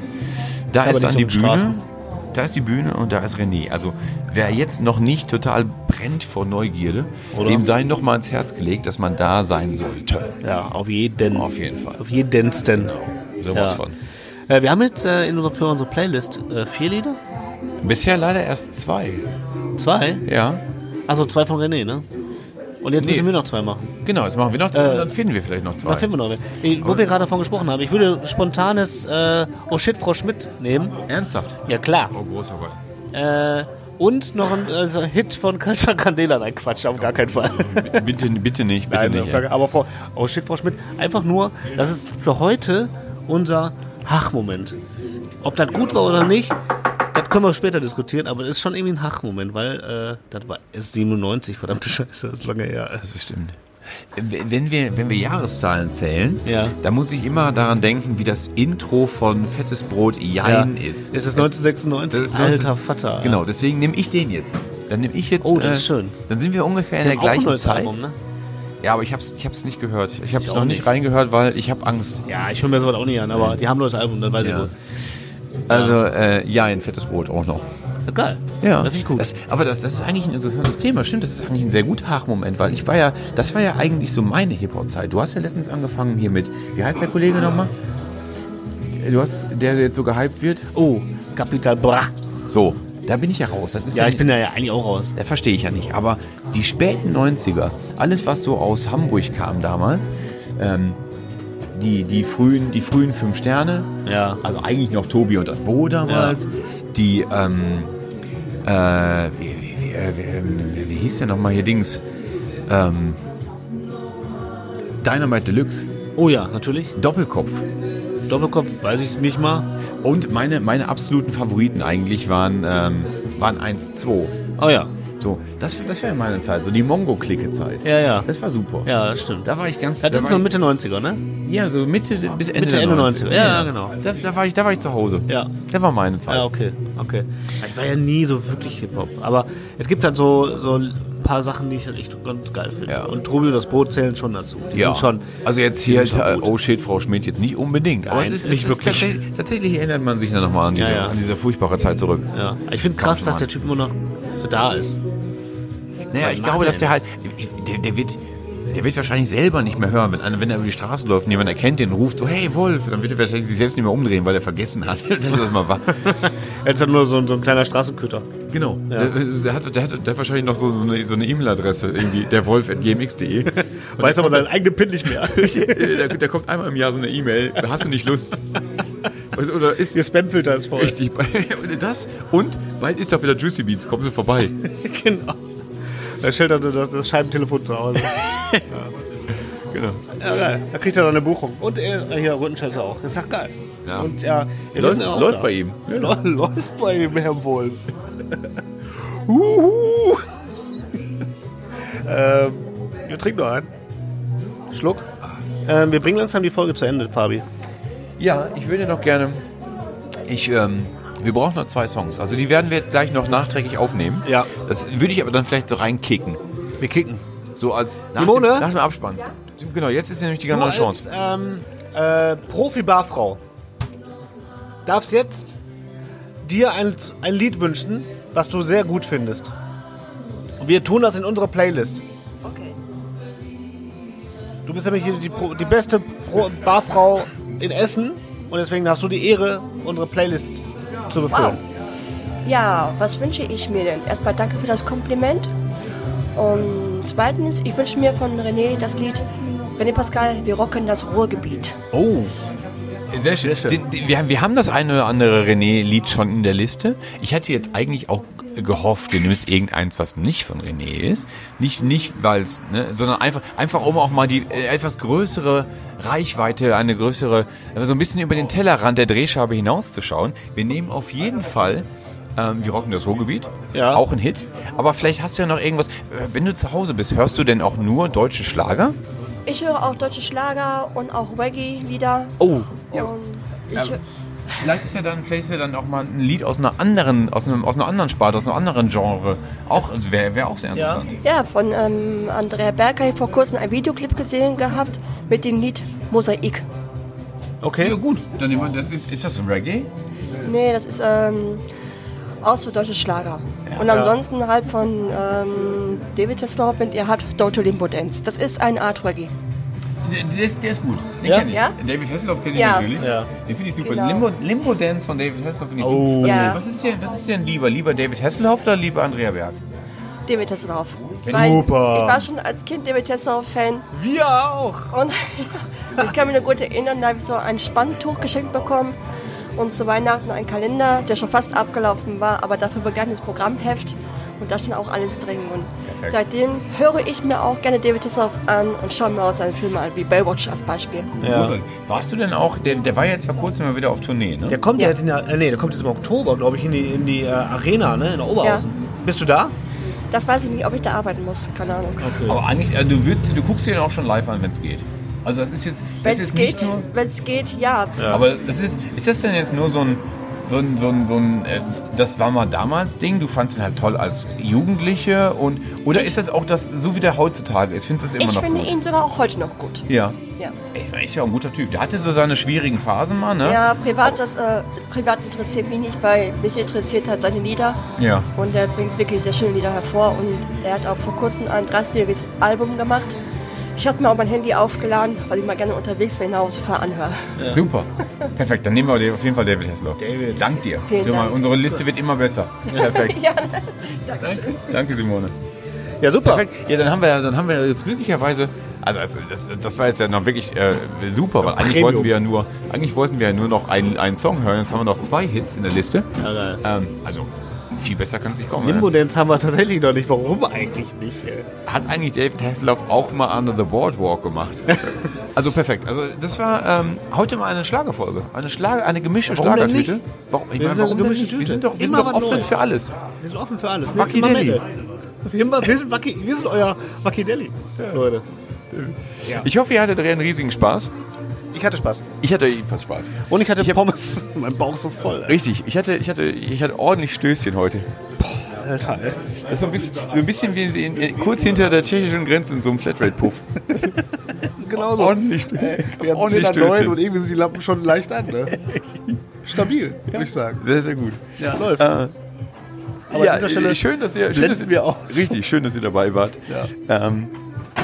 S3: Da
S9: Aber
S3: ist dann die
S9: nicht um so
S3: Bühne.
S9: eine Straße.
S3: Da ist die Bühne und da ist René. Also wer jetzt noch nicht total brennt vor Neugierde,
S9: Oder?
S3: dem sei noch mal ans Herz gelegt, dass man da sein sollte.
S9: Ja, auf jeden.
S3: Auf jeden Fall. Genau,
S9: Auf jedensten.
S3: Sowas
S9: ja.
S3: von.
S9: Äh, wir haben jetzt äh, in unserer, für unsere Playlist äh, vier Lieder.
S3: Bisher leider erst zwei.
S9: Zwei?
S3: Ja.
S9: Also zwei von René, ne? Und jetzt
S3: Nee.
S9: müssen wir noch zwei machen.
S3: Genau, jetzt machen wir noch zwei
S9: Äh,
S3: und dann finden wir vielleicht noch zwei.
S9: Da finden wir noch. wen. Äh, Wo wir gerade davon gesprochen haben, ich würde spontanes äh, Oh shit, Frau Schmidt nehmen.
S3: Ernsthaft?
S9: Ja, klar.
S3: Oh, großer Gott.
S9: Äh, und noch ein äh, so ein Hit von Culture Candela. Nein, Quatsch, auf gar keinen Fall.
S3: Bitte, bitte nicht, bitte
S9: Nein,
S3: nicht.
S9: auf gar-
S3: ey.
S9: aber Frau, oh shit, Frau Schmidt, einfach nur, das ist für heute unser Hach-Moment. Ob das gut war oder nicht, das können wir später diskutieren, aber das ist schon irgendwie ein Hach-Moment, weil äh, das war erst 97, verdammte Scheiße, das ist lange her.
S3: Das stimmt. Wenn wir, wenn wir Jahreszahlen zählen, dann muss ich immer daran denken, wie das Intro von Fettes Brot Jein
S9: Ja.
S3: ist.
S9: Es ist 1996. Alter Vater.
S3: Genau, deswegen nehme ich den jetzt. Dann nehme ich jetzt. äh,
S9: Oh, das ist schön.
S3: Dann sind wir ungefähr in
S9: Die
S3: der
S9: haben auch ein
S3: gleichen
S9: neues
S3: Zeit.
S9: Album, ne?
S3: Ja, aber ich habe es ich hab's nicht gehört. Ich habe es
S9: auch
S3: noch nicht,
S9: nicht.
S3: reingehört, weil ich habe Angst.
S9: Ja, ich höre mir sowas auch nicht an, aber die haben nur das Album, dann weiß ich
S3: Ja.
S9: wohl.
S3: Also, äh, Jein, Fettes Brot auch noch.
S9: Ja, geil.
S3: Ja,
S9: Das finde ich gut.
S3: Das, aber das, das ist eigentlich ein interessantes Thema, stimmt. Das ist eigentlich ein sehr guter Hachmoment, weil ich war ja, das war ja eigentlich so meine Hip-Hop-Zeit. Du hast ja letztens angefangen hier mit, wie heißt der Kollege nochmal? Du hast, der jetzt so gehypt wird.
S9: Oh, Capital Bra.
S3: So, da bin ich ja raus. Das ist
S9: ja, ich
S3: nicht-
S9: bin da ja eigentlich auch raus.
S3: das verstehe ich ja nicht. Aber die späten 90er, alles was so aus Hamburg kam damals, ähm, die, die, frühen, die frühen fünf Sterne,
S9: ja.
S3: also eigentlich noch Tobi und das Bo damals, die, ähm, äh, wie, wie, wie, äh, wie, ähm, wie, wie hieß der nochmal hier Dings? Ähm, Dynamite Deluxe.
S9: Oh ja, natürlich.
S3: Doppelkopf.
S9: Doppelkopf, weiß ich nicht mal.
S3: Und meine, meine absoluten Favoriten eigentlich waren, ähm, waren 1-2.
S9: Oh ja.
S3: So, das, das wäre meine Zeit, so die Mongo-Clique-Zeit.
S9: Ja, ja.
S3: Das war super.
S9: Ja, das stimmt.
S3: Da war ich ganz
S9: Das
S3: da
S9: sind
S3: war
S9: so
S3: ich-
S9: Mitte 90er, ne?
S3: Ja, so Mitte bis Ende,
S9: Mitte, Ende
S3: der
S9: 90er.
S3: 90er.
S9: Ja, ja, genau.
S3: Da, da, war ich, da war ich zu Hause.
S9: Ja.
S3: Das war meine Zeit.
S9: Ja, okay, okay. Ich war ja nie so wirklich Hip-Hop, aber es gibt halt so, so ein paar Sachen, die ich halt echt ganz geil finde. Und Tobi und das Brot zählen schon dazu. Die
S3: Ja.
S9: sind schon.
S3: Also jetzt
S9: die
S3: hier,
S9: sind schon
S3: äh,
S9: gut.
S3: oh shit, Frau Schmidt, jetzt nicht unbedingt. aber es
S9: Nein,
S3: ist
S9: nicht
S3: es
S9: wirklich.
S3: Ist tatsächlich, tatsächlich erinnert man sich dann nochmal an, diese-
S9: Ja, ja.
S3: an diese furchtbare Zeit zurück.
S9: Ja. Ich finde krass, dass der Typ immer noch da ist. (laughs)
S3: Naja,
S9: Was
S3: ich
S9: macht
S3: glaube,
S9: der
S3: dass der halt, ich- der, der wird... Der wird wahrscheinlich selber nicht mehr hören, wenn, einer, wenn er über die Straße läuft und jemand erkennt den und ruft so, hey Wolf, dann wird er wahrscheinlich sich selbst nicht mehr umdrehen, weil er vergessen hat, (laughs) dass das mal war.
S9: Er ist halt nur so, ein- so ein kleiner Straßenköter.
S3: Genau.
S9: Ja.
S3: Der, der, hat, der, hat, der hat wahrscheinlich noch so, so eine so eine E-Mail-Adresse, irgendwie (laughs) derwolf.gmx.de. Und
S9: Weiß
S3: der
S9: aber
S3: kommt
S9: seinen eigenen PIN nicht (laughs) mehr.
S3: da, da Äh, kommt einmal im Jahr so eine E-Mail, hast du nicht (laughs) Lust? Weißt du, Oder ist
S9: Ihr Spamfilter ist voll.
S3: richtig (laughs) und das und bald ist doch wieder Juicy Beats, kommen Sie vorbei.
S9: (laughs)
S6: (laughs)
S9: genau. Da schildert er das, das Scheibentelefon zu Hause.
S3: Genau.
S9: Ja, geil. Da kriegt er seine Buchung. Und er, hier, Rüttenschätze auch. Das ist doch geil.
S3: Ja.
S9: Und ja, wir
S3: Läuft-
S9: (laughs) sind auch
S3: läuft
S9: da.
S3: bei ihm. (laughs)
S9: Ja. Läuft bei ihm, Herr Wolf.
S6: Uhu. ähm, wir trinken noch einen. Schluck. Ähm, wir bringen langsam die Folge zu Ende, Fabi.
S3: Ja, ich würde noch gerne. Ich, ähm, wir brauchen noch zwei Songs. Also die werden wir jetzt gleich noch nachträglich aufnehmen.
S6: Ja.
S3: Das würde ich aber dann vielleicht so reinkicken.
S6: Wir kicken.
S3: So als nach
S6: Simone?
S3: Dem, nach dem Abspann. Genau, jetzt ist nämlich die
S6: Du
S3: ganze
S6: als,
S3: Chance.
S6: Ähm, äh, Profi-Barfrau. Darfst jetzt dir ein, ein Lied wünschen, was du sehr gut findest. Und wir tun das in unserer Playlist.
S9: Okay.
S6: Du bist nämlich hier die, Pro- die beste Pro Barfrau in Essen und deswegen hast du die Ehre, unsere Playlist zu befüllen.
S9: Ja, was wünsche ich mir denn? Erstmal danke für das Kompliment. Und zweitens, ich wünsche mir von René das Lied René Pascal, wir rocken das Ruhrgebiet.
S3: Oh. Sehr schön. Den- den- wir, haben- wir haben das eine oder andere René-Lied schon in der Liste. Ich hatte jetzt eigentlich auch gehofft, du nimmst irgendeins, was nicht von René ist. Nicht, nicht weil es, ne, sondern einfach, einfach um auch mal die äh, etwas größere Reichweite, eine größere, äh, so ein bisschen über den Tellerrand der Drehscheibe hinauszuschauen. Wir nehmen auf jeden Fall. Ähm, wir rocken das Ruhrgebiet. Ja. Auch ein Hit. Aber vielleicht hast du ja noch irgendwas. äh, Wenn du zu Hause bist, hörst du denn auch nur deutsche Schlager?
S9: Ich höre auch deutsche Schlager und auch Reggae-Lieder.
S3: Oh.
S9: Und ich,
S3: Ja. Vielleicht ist ja dann, vielleicht ist ja dann auch mal ein Lied aus einer anderen, aus einem, aus einer anderen Sparte, aus einem anderen Genre. Auch also wäre wäre auch sehr
S9: ja.
S3: interessant.
S9: ja, von ähm, Andrea Berg habe ich vor kurzem einen Videoclip gesehen gehabt mit dem Lied Mosaik.
S6: Okay.
S3: Ja gut, dann nehmen wir, das ist, ist das ein Reggae?
S9: Nee, das ist ähm, auch so deutsche Schlager. Und
S3: Ja.
S9: ansonsten halt von ähm, David Tesla und ihr habt Dr. Limbo Dance. Das ist eine Art Reggae.
S3: Der, der, ist, der ist gut. Den
S9: Ja?
S3: kenn ich.
S9: Ja?
S3: David Hasselhoff kenne ich
S9: Ja.
S3: natürlich. Den finde ich super.
S9: Genau.
S3: Limbo, Limbo Dance von David Hasselhoff finde ich
S6: Oh.
S3: super. Was,
S9: Ja.
S3: was, ist denn, was ist denn lieber? Lieber David Hasselhoff oder lieber Andrea Berg?
S9: David Hasselhoff.
S3: Super.
S9: Weil Ich war schon als Kind David Hasselhoff-Fan.
S6: Wir auch!
S9: Und (laughs) ich kann mich noch gut erinnern, da habe ich so ein Spanntuch geschenkt bekommen und zu Weihnachten einen Kalender, der schon fast abgelaufen war, aber dafür begleitendes Programmheft. Und da stand auch alles drin. Und
S3: Perfekt.
S9: seitdem höre ich mir auch gerne David Hasselhoff an und schaue mir auch seine Filme an, wie Baywatch als Beispiel.
S3: Großartig. Warst du denn auch, der, der war ja jetzt vor kurzem mal wieder auf Tournee, ne?
S6: Der kommt ja. jetzt in der, äh, nee, der kommt jetzt im Oktober, glaube ich, in die, in die äh, Arena, ne, in der Oberhausen. Bist du da?
S9: Das weiß ich nicht, ob ich da arbeiten muss, keine Ahnung.
S3: Aber eigentlich, äh, du, würdest, du guckst dir den auch schon live an, wenn es geht. Also das ist jetzt, das
S9: Wenn
S3: ist
S9: es
S3: jetzt
S9: geht,
S3: nicht nur
S9: wenn es geht, ja.
S3: Aber das ist, ist das denn jetzt nur so ein, so ein, so ein, so ein äh, das war mal damals Ding, du fandst ihn halt toll als Jugendliche und, oder ist das auch das, so wie der heutzutage ist, findest du es immer
S9: ich
S3: noch
S9: finde
S3: gut?
S9: ihn sogar auch heute noch gut.
S3: Ja.
S9: Ja.
S3: Ey, er ist ja auch ein guter Typ. Der hatte so seine schwierigen Phasen mal, ne?
S9: Ja, privat, das, äh, privat interessiert mich nicht, weil mich interessiert halt seine Lieder.
S3: Ja.
S9: Und er bringt wirklich sehr schöne Lieder hervor. Und er hat auch vor kurzem ein 30-jähriges Album gemacht. Ich habe mir auch mein Handy aufgeladen, weil ich mal gerne unterwegs bin, nach Hause fahre, anhöre.
S3: Super. Perfekt, dann nehmen wir dir auf jeden Fall David Hasselhoff. David. Dank dir.
S9: Vielen
S3: Sag mal,
S9: Dank.
S3: Unsere Liste wird immer besser. Perfekt.
S9: (laughs) ja, ne? Dankeschön.
S3: Danke, Simone.
S6: Ja, super.
S3: Perfekt. Ja, dann haben wir, dann haben wir jetzt glücklicherweise, also also das, das war jetzt ja noch wirklich äh, super, weil eigentlich
S6: Premium.
S3: wollten, wir ja nur, eigentlich wollten wir ja nur noch einen, einen Song hören. Jetzt haben wir noch zwei Hits in der Liste. Ähm, also viel besser kann es nicht kommen.
S6: Limbo
S3: Ne?
S6: Dance haben wir tatsächlich noch nicht. Warum eigentlich nicht? Ey?
S3: Hat eigentlich David Hasselhoff auch mal Under the
S6: (laughs)
S3: Boardwalk gemacht? also perfekt. Also das war ähm, heute mal eine Schlagerfolge. Eine Schlager, eine gemischte
S6: Warum denn
S3: Schlagertüte.
S6: nicht?
S3: Warum, ich
S6: Wir
S3: meine,
S6: sind
S3: warum
S6: eine
S3: denn
S6: gemischte
S3: nicht? Wir
S6: Tüte.
S3: sind doch, wir sind
S6: Immer
S3: doch
S6: was
S3: offen
S6: Neues.
S3: für alles.
S6: Wir sind offen für alles.
S3: Wacky
S6: Nächstes Mal
S3: Delhi.
S6: melden. Wir, haben- wir sind Wacky, wir sind euer Wacky Deli, Leute. Ja.
S3: Ich hoffe, ihr hattet einen riesigen Spaß.
S6: Ich hatte Spaß.
S3: Ich hatte jedenfalls Spaß.
S6: Und ich hatte Pommes. (laughs) mein Bauch so voll. ey.
S3: Richtig, ich hatte, ich hatte, ich hatte ordentlich Stößchen heute.
S6: Alter, ey.
S3: Das ist so ein bisschen, so ein bisschen wie sie in, in, kurz hinter der tschechischen Grenze in so
S6: (laughs)
S3: einem Flatrate-Puff.
S6: Genau so.
S3: Ordentlich.
S6: Wir haben
S3: ordentlich
S6: 10 an 9
S3: Stößchen.
S6: und irgendwie sind die Lampen schon leicht an. Ne? Stabil, würde ich sagen.
S3: Sehr, sehr gut.
S6: Ja, läuft.
S3: Äh,
S6: Aber
S3: ja,
S6: an dieser Stelle
S3: äh, schön, dass ihr, schön, dass
S6: blenden
S3: ihr
S6: wir aus.
S3: Richtig, schön, dass ihr dabei wart. Ähm,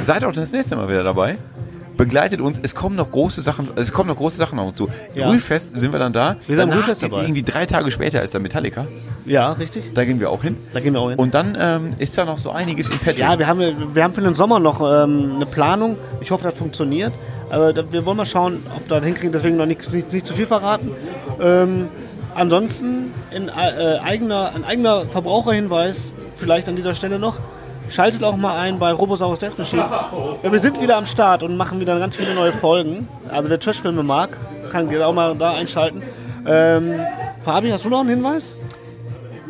S3: seid auch das nächste Mal wieder dabei. Begleitet uns. Es kommen noch große Sachen. Es kommen noch große Sachen auf uns zu.
S6: Ja.
S3: Ruhefest sind wir dann da.
S6: Wir sind am
S3: Danach,
S6: Ruhefest dabei.
S3: Irgendwie drei Tage später ist da Metallica.
S6: Ja, richtig.
S3: Da gehen wir auch hin.
S6: Da gehen wir auch hin.
S3: Und dann ähm, ist da noch so einiges im Petto.
S6: Ja, wir haben, wir haben für den Sommer noch ähm, eine Planung. Ich hoffe, das funktioniert. Aber da, wir wollen mal schauen, ob wir das hinkriegen. Deswegen noch nicht, nicht, nicht zu viel verraten. Ähm, ansonsten in, äh, äh, eigener, ein eigener Verbraucherhinweis vielleicht an dieser Stelle noch. Schaltet auch mal ein bei Robosaurus Death Machine. Ja, wir sind wieder am Start und machen wieder ganz viele neue Folgen. Also wer Trashfilme mag, kann gerne auch mal da einschalten.
S3: Ne?
S6: Ähm, Fabi, hast du noch einen Hinweis?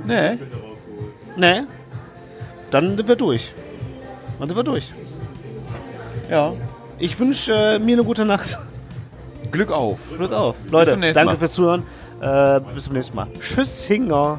S3: Nee.
S6: Nee? dann sind wir durch. Dann sind wir durch.
S3: Ja.
S6: Ich wünsche äh, mir eine gute Nacht.
S3: Glück auf.
S6: Glück auf.
S3: Bis
S6: Leute,
S3: zum nächsten
S6: danke
S3: Mal.
S6: fürs Zuhören. Äh, bis zum nächsten Mal. Tschüss, Hinger.